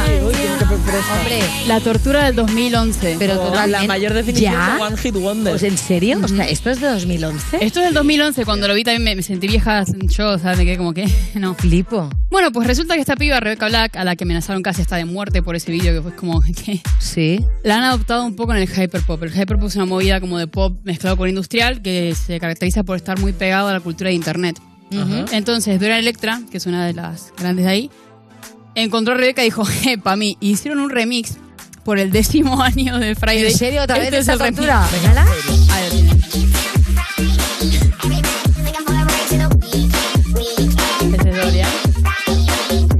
R: La tortura del 2011.
A: Pero totalmente. La mayor definición ¿Ya? de One
C: Hit Wonder.
A: Pues en serio, o sea, esto es de 2011.
R: Esto es del 2011, cuando lo vi también me, me sentí vieja yo, o sea, me quedé como que no.
A: Flipo.
R: Bueno, pues resulta que esta piba, Rebecca Black, a la que amenazaron casi hasta de muerte por ese vídeo, que fue como que...
A: Sí.
R: La han adoptado un poco en el hyperpop. El hyperpop es una movida como de pop mezclado con industrial que se caracteriza por estar muy pegado a la cultura de internet.
A: Ajá.
R: Entonces, Dora Electra, que es una de las grandes de ahí, encontró a Rebeca y dijo, "Je, pa' mí, Y hicieron un remix por el décimo año de Friday.
A: ¿En serio otra vez
R: Este es
A: esa
R: el remix.
A: tortura? Venga,
R: A ver, miren. Este es Doria.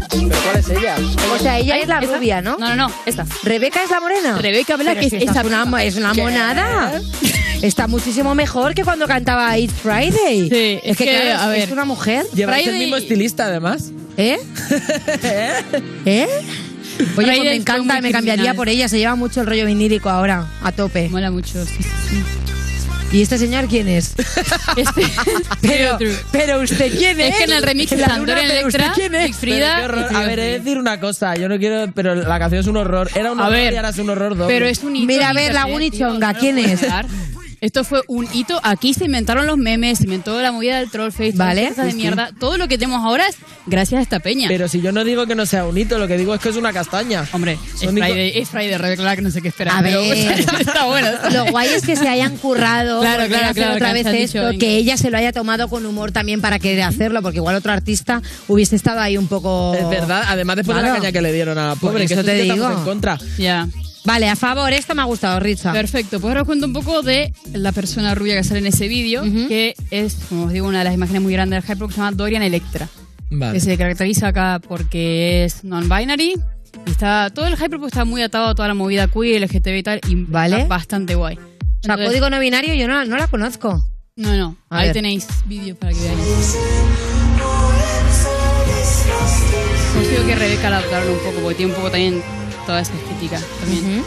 C: ¿Pero cuál es ella?
A: O sea, ella es la rubia, ¿no?
R: No, no, no, esta.
A: ¿Rebeca es la morena?
R: Rebeca Black
A: Pero
R: es
A: si esta
R: esa
A: es una, mo- es una
R: ¿Qué?
A: monada. Está muchísimo mejor que cuando cantaba It's Friday.
R: Sí,
A: es,
R: es
A: que,
R: que,
A: claro,
R: a
A: es
R: ver,
A: una mujer.
R: Llevará el Friday- mismo
C: estilista, además.
A: ¿Eh? ¿Eh? Oye, pues
R: Friday
A: me
R: fue
A: encanta,
R: muy
A: me cambiaría
R: criminal.
A: por ella. Se lleva mucho el rollo vinílico ahora, a tope.
R: Mola mucho, sí, sí.
A: ¿Y este señor quién es? pero, pero usted quién es.
R: Ah, Es que en el remix
A: La
R: están
A: luna,
R: Dora
A: pero usted
R: Electra,
A: quién es.
R: Frida
C: Pero qué horror.
R: y
C: A ver, he de decir una cosa. Yo no quiero. Pero la canción es un horror. Era un
R: A
C: horror
R: ver,
C: y ahora es un horror doble.
R: Pero es un hito.
A: Mira, a
R: en
A: ver, la
R: internet,
A: Gunichonga,
R: tío,
A: ¿quién
R: lo puedes
A: es?
R: negar. Esto fue un hito. Aquí se inventaron los memes, se inventó la movida del troll face, todas
C: Vale,
R: esas cosas
C: sí, sí.
R: de mierda. Todo lo que tenemos ahora es gracias a esta peña.
C: Pero si yo no digo que no sea un hito, lo que digo es que es una castaña.
R: Hombre, es Friday, es Friday, Rebecca Black, no sé qué esperar.
A: A
R: pero
A: ver.
R: está bueno.
A: Lo guay es que se hayan currado
R: Claro,
A: volver a
R: claro,
A: hacer
R: claro,
A: otra
R: que
A: vez
R: se ha dicho,
A: esto,
R: venga.
A: que ella se lo haya tomado con humor también para querer hacerlo, porque igual otro artista hubiese estado ahí un poco.
C: Es verdad. Además, después de la
A: Claro.
C: caña que le dieron a la
A: Por
C: pobre, que
A: eso
C: eso
A: te
C: sí que estamos
A: digo.
C: en contra.
R: Ya.
A: Vale, a favor, esta me ha gustado, Richa.
R: Perfecto, pues ahora os cuento un poco de la persona rubia que sale en ese vídeo, que es, como os digo, una de las imágenes muy grandes del Hyperpop, que se llama Dorian Electra.
C: Vale.
R: que se caracteriza acá porque es non-binary. Y está, todo el hyperpop está muy atado a toda la movida queer, LGTB y tal, y está bastante guay.
A: O sea,
R: Entonces-
A: código no binario, yo no, no la conozco.
R: No, no,
A: A
R: ahí
A: ver.
R: tenéis vídeos para que veáis. Consigo que Rebeca la adaptaron un poco, porque tiene un poco también toda esa estética también.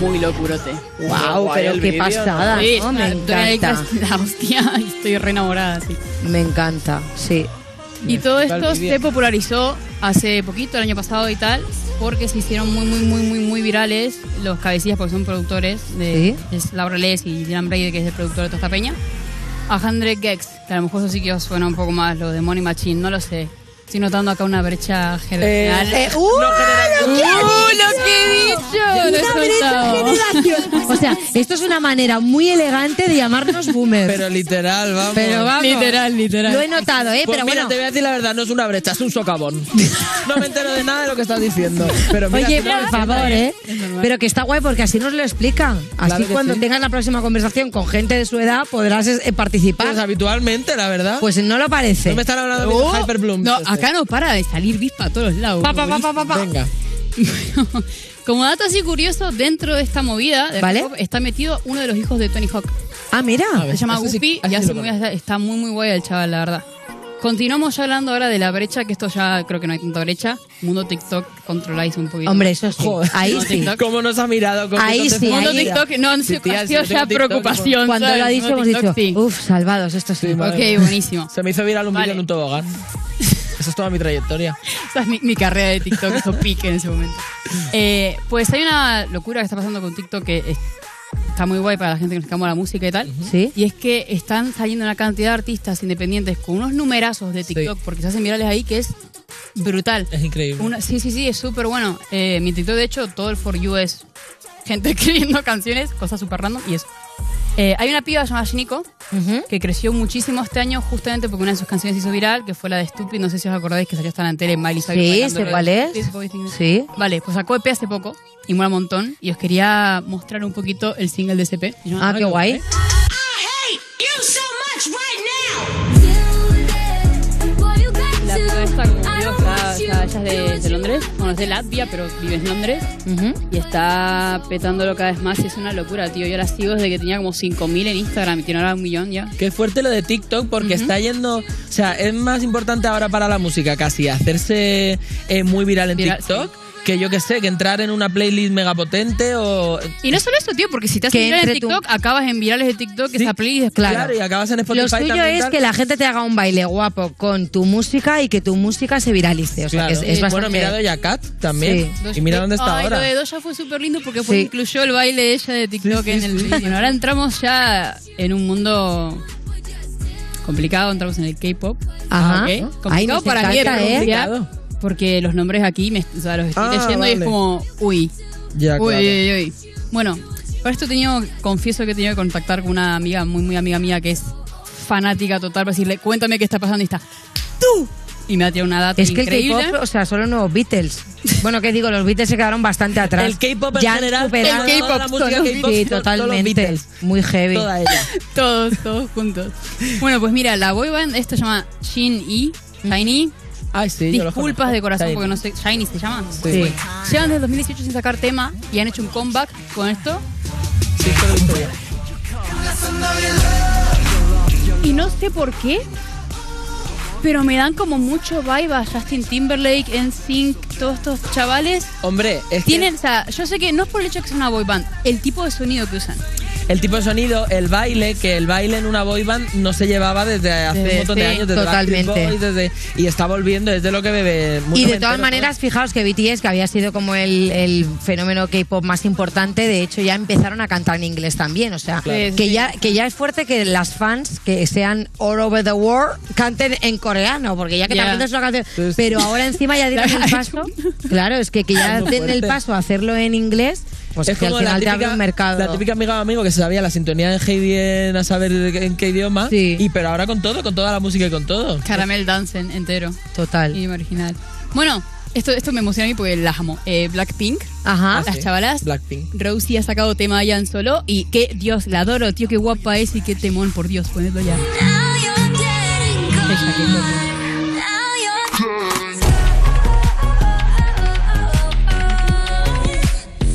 D: Muy locurote.
A: Guau, pero qué pasada,
R: Sí,
A: ¿no? Me
R: estoy ahí
A: encanta.
R: tras
I: "Ah,
R: La hostia, estoy re enamorada, sí.
A: Me encanta, sí.
R: Y todo
A: Total
R: esto
A: vivienda.
R: se popularizó hace poquito, el año pasado y tal, porque se hicieron muy, muy, muy, muy, muy virales los cabecillas, porque son productores de es Laura Les y Dylan Brady, que es el productor de Tosta Peña. A 100 Gex, que a lo mejor eso sí que os suena un poco más, lo de Money Machine, no lo sé. Estoy notando acá una brecha generacional.
A: Eh, eh, ¡uh! ¡Lo que he
R: ¡Uh, lo que he
A: dicho!
R: dicho! Lo he
A: Una brecha
R: soltado.
A: generacional. O sea, esto es una manera muy elegante de llamarnos boomers.
C: Pero literal, vamos.
A: Pero vamos. Literal, literal. Lo he notado, ¿eh?
C: Pues
A: Pero
C: mira,
A: bueno.
C: te voy a decir la verdad, no es una brecha, es un socavón. No me entero de nada de lo que estás diciendo. Pero mira,
A: Oye,
C: tú no
A: por
C: me sientas
A: favor,
C: bien.
A: ¿eh? Pero que está guay porque así nos lo explican. Así
C: Claro que
A: cuando
C: sí.
A: tengas la próxima conversación con gente de su edad podrás eh, participar. Pues
C: habitualmente, la verdad.
A: Pues no lo parece.
C: No me están hablando a mí de
A: Oh,
C: Hyperblooms.
R: No,
C: este.
R: acá no para de salir bispa a todos lados.
A: Pa, pa, pa, pa, pa, pa.
C: Venga.
R: Como dato así curioso, dentro de esta movida de
A: ¿Vale?
R: hip hop está metido uno de los hijos de Tony Hawk.
A: Ah, mira.
R: Se llama
A: eso sí-
R: Guppy
A: eso
R: y
A: sí lo
R: hace muy- está muy, muy guay el chaval, la verdad. Continuamos ya hablando ahora de la brecha, que esto ya creo que no hay tanta brecha. Mundo TikTok, controláis un poquito.
A: Hombre, eso sí. Ahí
R: Mundo
A: sí.
R: TikTok.
C: ¿Cómo nos ha mirado? con
A: Ahí
C: esos
A: sí,
C: defectos?
A: ahí sí.
R: no, no se
C: Tía, si
R: ocasiona
C: no tengo TikTok,
R: preocupación.
A: Cuando
R: ¿sabes?
A: lo ha dicho,
R: No,
A: hemos dicho,
R: TikTok
A: uff, salvados, esto sí.
C: Sí, madre.
R: Ok, buenísimo.
C: Se me hizo viral un vídeo en un tobogán. Esa es toda mi trayectoria.
R: Esa es mi, mi carrera de TikTok, eso pique en ese momento. Eh, pues hay una locura que está pasando con TikTok que es- está muy guay para la gente que nos encanta la música y tal.
A: Sí.
R: Y es que están saliendo una cantidad de artistas independientes con unos numerazos de TikTok porque se hacen virales ahí que es brutal.
C: Es increíble.
R: Una- sí, sí, sí, es súper bueno. Eh, mi TikTok, de hecho, todo el For You es gente escribiendo canciones, cosas súper random y eso. Eh, hay una piba llamada Shiniko que creció muchísimo este año justamente porque una de sus canciones se hizo viral, que fue la de Stupid. No sé si os acordáis que salió hasta en la tele Miley Cyrus.
A: Sí,
R: bailando
A: sé
R: lo
A: cuál
R: de
A: es.
R: This Boy Thing.
A: Sí.
R: Vale, pues sacó EP hace poco y mola un montón. Y os quería mostrar un poquito el single de ese E EP.
A: Ah, qué guay.
R: La piba esta, como digo, está- está- ella es de, de Londres. Bueno, es de Latvia, pero vive en Londres. Y está petándolo cada vez más y es una locura, tío. Yo la sigo desde que tenía como 5.000 en Instagram y tiene ahora un millón ya.
C: Qué fuerte lo de TikTok porque está yendo, o sea, es más importante ahora para la música casi hacerse eh, muy viral en
R: Viral,
C: TikTok que yo que sé, que entrar en una playlist megapotente o eh,
R: Y no solo eso, tío, porque si te haces
C: Que
R: viral en
C: entre tu-
R: TikTok, acabas en virales de TikTok, esa playlist es
C: claro. y acabas en Spotify
A: Lo suyo
C: también,
A: es
C: tal.
A: que la gente te haga un baile guapo con tu música y que tu música se viralice. O sea,
C: Claro.
A: que es, es
C: Y
A: bastante...
C: Bueno, mira Doja Cat también.
A: Sí.
C: Y mira dónde está
R: Ay,
C: ahora.
R: Lo de Doja fue súper lindo porque fue-
A: Sí.
R: incluyó el baile de ella de TikTok en el vídeo. Bueno, ahora entramos ya en un mundo complicado, entramos en el K-pop.
A: Ajá.
R: Ok.
A: Ay,
R: Complicado
A: nos
R: para mí,
A: encanta,
R: era
A: ¿eh?
R: complicado, Porque los nombres aquí, me, o sea, los estoy
A: Ah,
R: leyendo y es
A: vale.
R: como, uy.
C: Ya,
R: uy,
C: claro.
R: uy, uy. Bueno, para esto he tenido, confieso que he tenido que contactar con una amiga, muy, muy amiga mía, que es fanática total, para decirle, cuéntame qué está pasando y está, ¡tú! Y me ha tirado una data
A: Es que el
R: increíble.
A: K-pop, o sea, son los nuevos Beatles. Bueno, ¿qué digo? Los Beatles se quedaron bastante atrás.
R: El K-pop en
A: Ya han
R: general,
A: superado
R: el K-pop,
A: toda la música
R: todos los
A: K-pop,
R: Beatles,
A: Sí,
R: todos los
A: totalmente.
R: Beatles.
A: Muy heavy.
R: todos, todos juntos. Bueno, pues mira, la boy band, esto se llama Shin E, Shiny.
C: Ay, Mm. Ah, sí, yo los
R: Disculpas
C: conozco.
R: de corazón
C: Shiny.
R: porque no sé. Shiny se llama.
C: Sí. Sí.
R: Llevan desde 2018 sin sacar tema y han hecho un comeback con esto. Y no sé por qué, pero me dan como mucho vibe a Justin Timberlake, NSYNC, todos estos chavales.
C: Hombre, es que
R: Tienen, o sea, yo sé que no es por el hecho que sea una boy band, el tipo de sonido que usan.
C: el tipo de sonido, el baile, que el baile en una boy band no se llevaba desde hace
A: Desde-
C: un montón de
A: sí,
C: años, desde
A: totalmente.
C: Backstreet Boys, desde- y está volviendo, es de lo que bebe. mucho
A: Y de
C: me
A: todas
C: entero,
A: maneras, fijaos que BTS, que había sido como el, el fenómeno K-pop más importante, de hecho ya empezaron a cantar en inglés también. O sea,
S: Claro. Sí,
A: que, ya, que ya es fuerte que las fans que sean all over the world canten en coreano, porque ya que
S: Ya.
A: también es una canción.
S: Sí, sí.
A: Pero ahora encima ya dieron el paso. Claro, es que, que ya
C: Es muy
A: den el
C: fuerte.
A: paso a hacerlo en inglés, pues
C: es
A: que al
C: como la
A: final te abre
C: típica,
A: un mercado.
C: la típica amiga o amigo que se sabía la sintonía de Heidi en a saber en qué idioma. Y pero ahora con todo, con toda la música y con todo.
R: Caramel Dancen entero.
A: Total.
R: Y original. Bueno, esto, esto me emociona a mí porque las amo. Eh, Blackpink. Ajá. Las
C: Ah, Sí.
R: chavalas.
C: Blackpink.
R: Rosie ha sacado tema ya en solo y que Dios, la adoro, tío, qué guapa es y qué temón, por Dios, ponedlo ya. Ella, qué loca.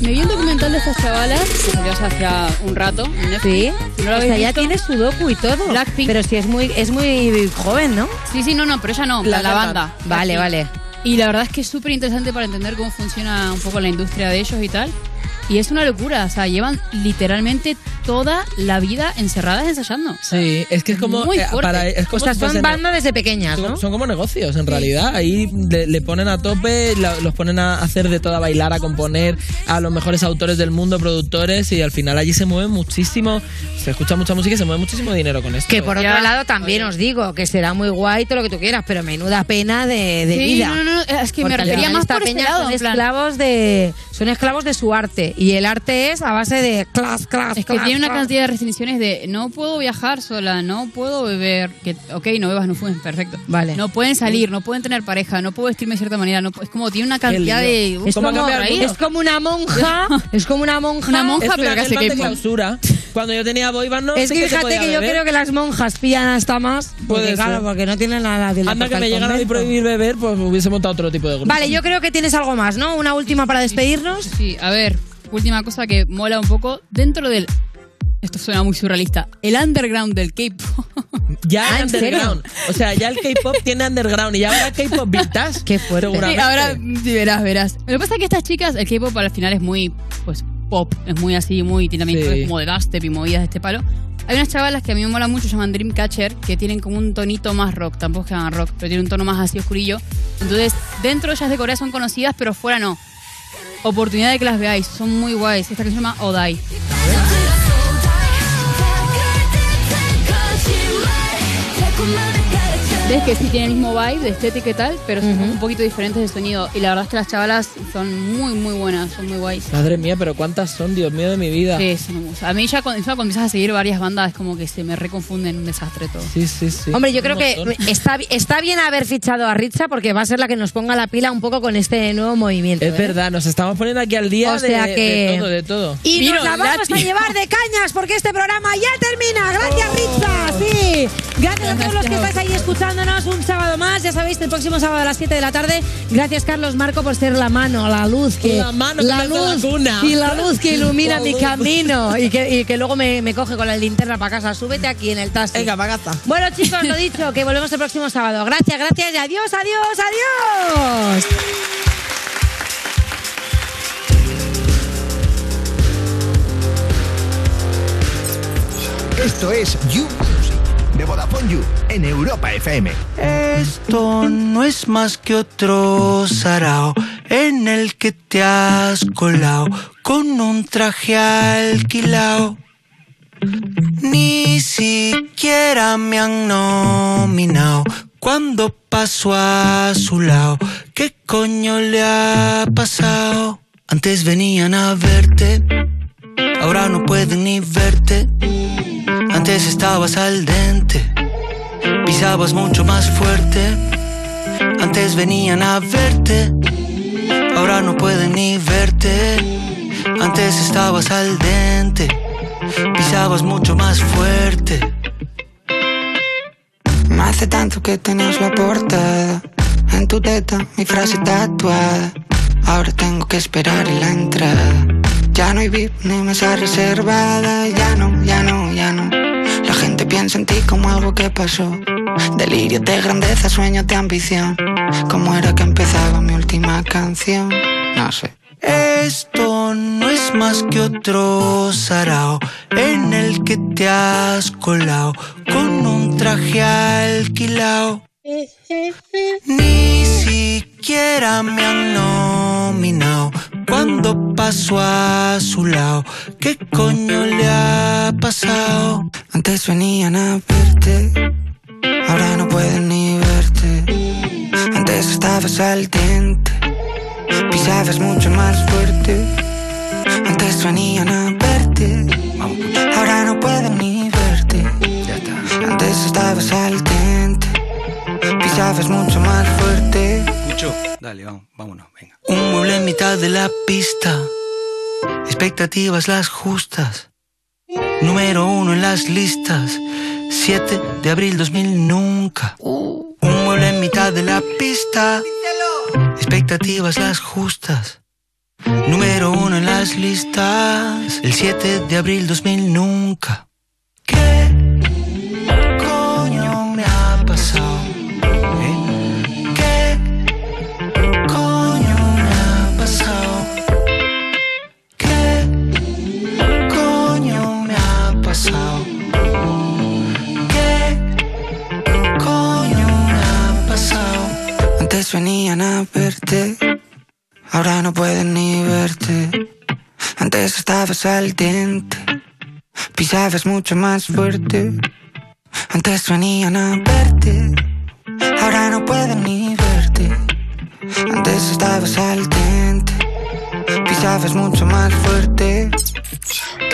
R: Me vi el documental de estas chavalas, que salió hacia un rato. en Netflix.
A: Sí.
R: ¿No lo
A: O
R: habéis
A: sea, ya
R: visto?
A: tiene sudoku y todo. Pero si es muy, es muy joven, ¿no?
R: Sí, sí, Ah, no, no, pero ella no, la,
A: La
R: la
A: banda.
R: banda.
A: Vale,
R: Blackpink.
A: vale.
R: Y la verdad es que es súper interesante para entender cómo funciona un poco la industria de ellos y tal. Y es una locura, o sea, llevan literalmente toda la vida encerradas ensayando.
C: Sí, es que es como.
R: Muy
C: eh,
R: fuerte.
C: para- es como
R: O sea,
C: si fuesen-
R: son banda desde pequeñas,
C: son-
R: ¿no?
C: Son como negocios, en realidad. Ahí le, le ponen a tope, la- los ponen a hacer de todo, a bailar, a componer, a los mejores autores del mundo, productores, y al final allí se mueve muchísimo, se escucha mucha música y se mueve muchísimo dinero con esto.
A: Que por otro lado también os digo que será muy guay todo lo que tú quieras, pero menuda pena de, de
R: Sí,
A: vida.
R: no, no, es que me
A: Porque al
R: refería
A: final
R: más
A: esta
R: por ese
A: peña
R: lado,
A: son
R: en plan-
A: esclavos de son esclavos de su arte y el arte es a base de clas clas.
R: Es que tiene
A: ah.
R: una cantidad de restricciones de no puedo viajar sola, no puedo beber, que ok, no bebas, no fumes, perfecto.
A: Vale.
R: No pueden salir, no pueden tener pareja, no puedo vestirme de cierta manera, no pu- es como tiene una cantidad de
A: es como, es como una monja, es como una monja,
R: Una monja,
C: Es
A: pero
C: una
A: que hace
C: Hellman de
A: K-pop.
C: clausura. Cuando yo tenía boyband no
A: Es
C: sé
A: que
C: qué se
A: fíjate
C: podía
A: que yo
C: beber.
A: creo que las monjas pillan hasta más, porque,
C: Puede
A: claro,
C: ser.
A: porque no tienen la, la, la
C: Anda que
A: al
C: me llegaron a
A: convento.
C: prohibir beber, pues hubiese montado otro tipo de grupo.
A: Vale, yo creo que tienes algo más, ¿no? Una última para despedirnos.
R: Sí, a ver, última cosa que mola un poco dentro del esto suena muy surrealista, el underground del K-pop.
C: Ya
R: Ah,
C: el
R: ¿en serio?
C: underground. O sea, ya el K-pop tiene underground y ya habrá K-pop vintage.
A: Qué fuerte.
R: Sí, ahora sí, verás, verás. Lo que pasa es que estas chicas, el K-pop al final es muy, pues, pop, es muy así, muy, tiene también
C: Sí.
R: cosas como de dubstep y movidas de este palo. Hay unas chavalas que a mí me mola mucho, se llaman Dreamcatcher, que tienen como un tonito más rock, tampoco es que hagan rock, pero tienen un tono más así oscurillo. Entonces, dentro ellas de Corea son conocidas, pero fuera no. Oportunidad de que las veáis, son muy guays. Esta que se llama Odai. Ves que sí tiene el mismo vibe de estética y tal, pero son un poquito diferentes de sonido. Y la verdad es que las chavalas son muy, muy buenas, son muy guays.
C: Madre mía, pero cuántas son, Dios mío de mi vida.
R: Sí, sí, me gusta. A mí ya cuando, ya cuando empiezas a seguir varias bandas es como que se me reconfunden un desastre todo.
C: Sí, sí, sí.
A: Hombre, yo creo
R: Un
A: que
R: montón.
A: está, está bien haber fichado a Ritza porque va a ser la que nos ponga la pila un poco con este nuevo movimiento.
C: Es
A: ¿eh?
C: verdad, nos estamos poniendo aquí al día
A: O sea
C: de, de
A: que-
C: todo, de todo.
A: Y nos la vamos a llevar de cañas porque este programa ya termina. Gracias,
C: Oh.
A: Ritza. Sí. Gracias a todos los que estáis ahí escuchándonos un sábado más. Ya sabéis, el próximo sábado a las 7 de la tarde. Gracias, Carlos Marco, por ser la mano, la luz que.
C: La mano que me hace la
A: luz
C: cuna. Oh.
A: Y la luz que ilumina
C: La
A: mi
C: luz.
A: camino. Y que, y que luego me, me coge con la linterna para casa. Súbete aquí en el taxi.
C: Venga, para casa.
A: Bueno, chicos, lo dicho, que volvemos el próximo sábado. Gracias, gracias y adiós, adiós, adiós.
T: Esto es You Music de Vodafone You en Europa FM.
Q: Esto no es más que otro sarao en el que te has colado con un traje alquilao. Ni siquiera me han nominado cuando paso a su lado. ¿Qué coño le ha pasado? Antes venían a verte, ahora no pueden ni verte. Antes estabas al dente pisabas mucho más fuerte. Antes venían a verte, ahora no pueden ni verte. Antes estabas al dente, pisabas mucho más fuerte.
U: Me hace tanto que tenías la portada En tu teta mi frase tatuada Ahora tengo que esperar en la entrada Ya no hay VIP ni mesa reservada Ya no, ya no, ya no La gente piensa en ti como algo que pasó Delirio de grandeza, sueño de ambición ¿Cómo era que empezaba mi última canción? No sé
Q: Esto no es más que otro sarao en el que te has colado con un traje alquilao. Ni siquiera me han nominado cuando paso a su lado. ¿Qué coño le ha pasado?
U: Antes venían a verte, ahora no pueden ni verte. Antes estabas al dente, pisabas mucho más fuerte. Antes venían a verte, ahora no pueden ni verte. Antes estabas al dente, pisabas mucho más fuerte.
V: Mucho. Dale, vamos, vámonos.
Q: Un mueble en mitad de la pista. Expectativas las justas. Número uno en las listas. 7 de abril 2000 nunca. Un mueble en mitad de la pista. Expectativas las justas. Número uno en las listas. El 7 de abril 2000 nunca. ¿Qué coño me ha pasado? ¿Eh? ¿Qué
U: quería verte. Ahora no puedes ni verte. Antes estabas al dente. Pisabas mucho más fuerte. Antes venían a verte. Ahora no puedo ni verte. Antes estabas al dente. Pisabas mucho más fuerte.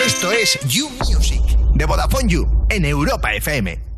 G: Esto es You Music de Vodafone You en Europa FM.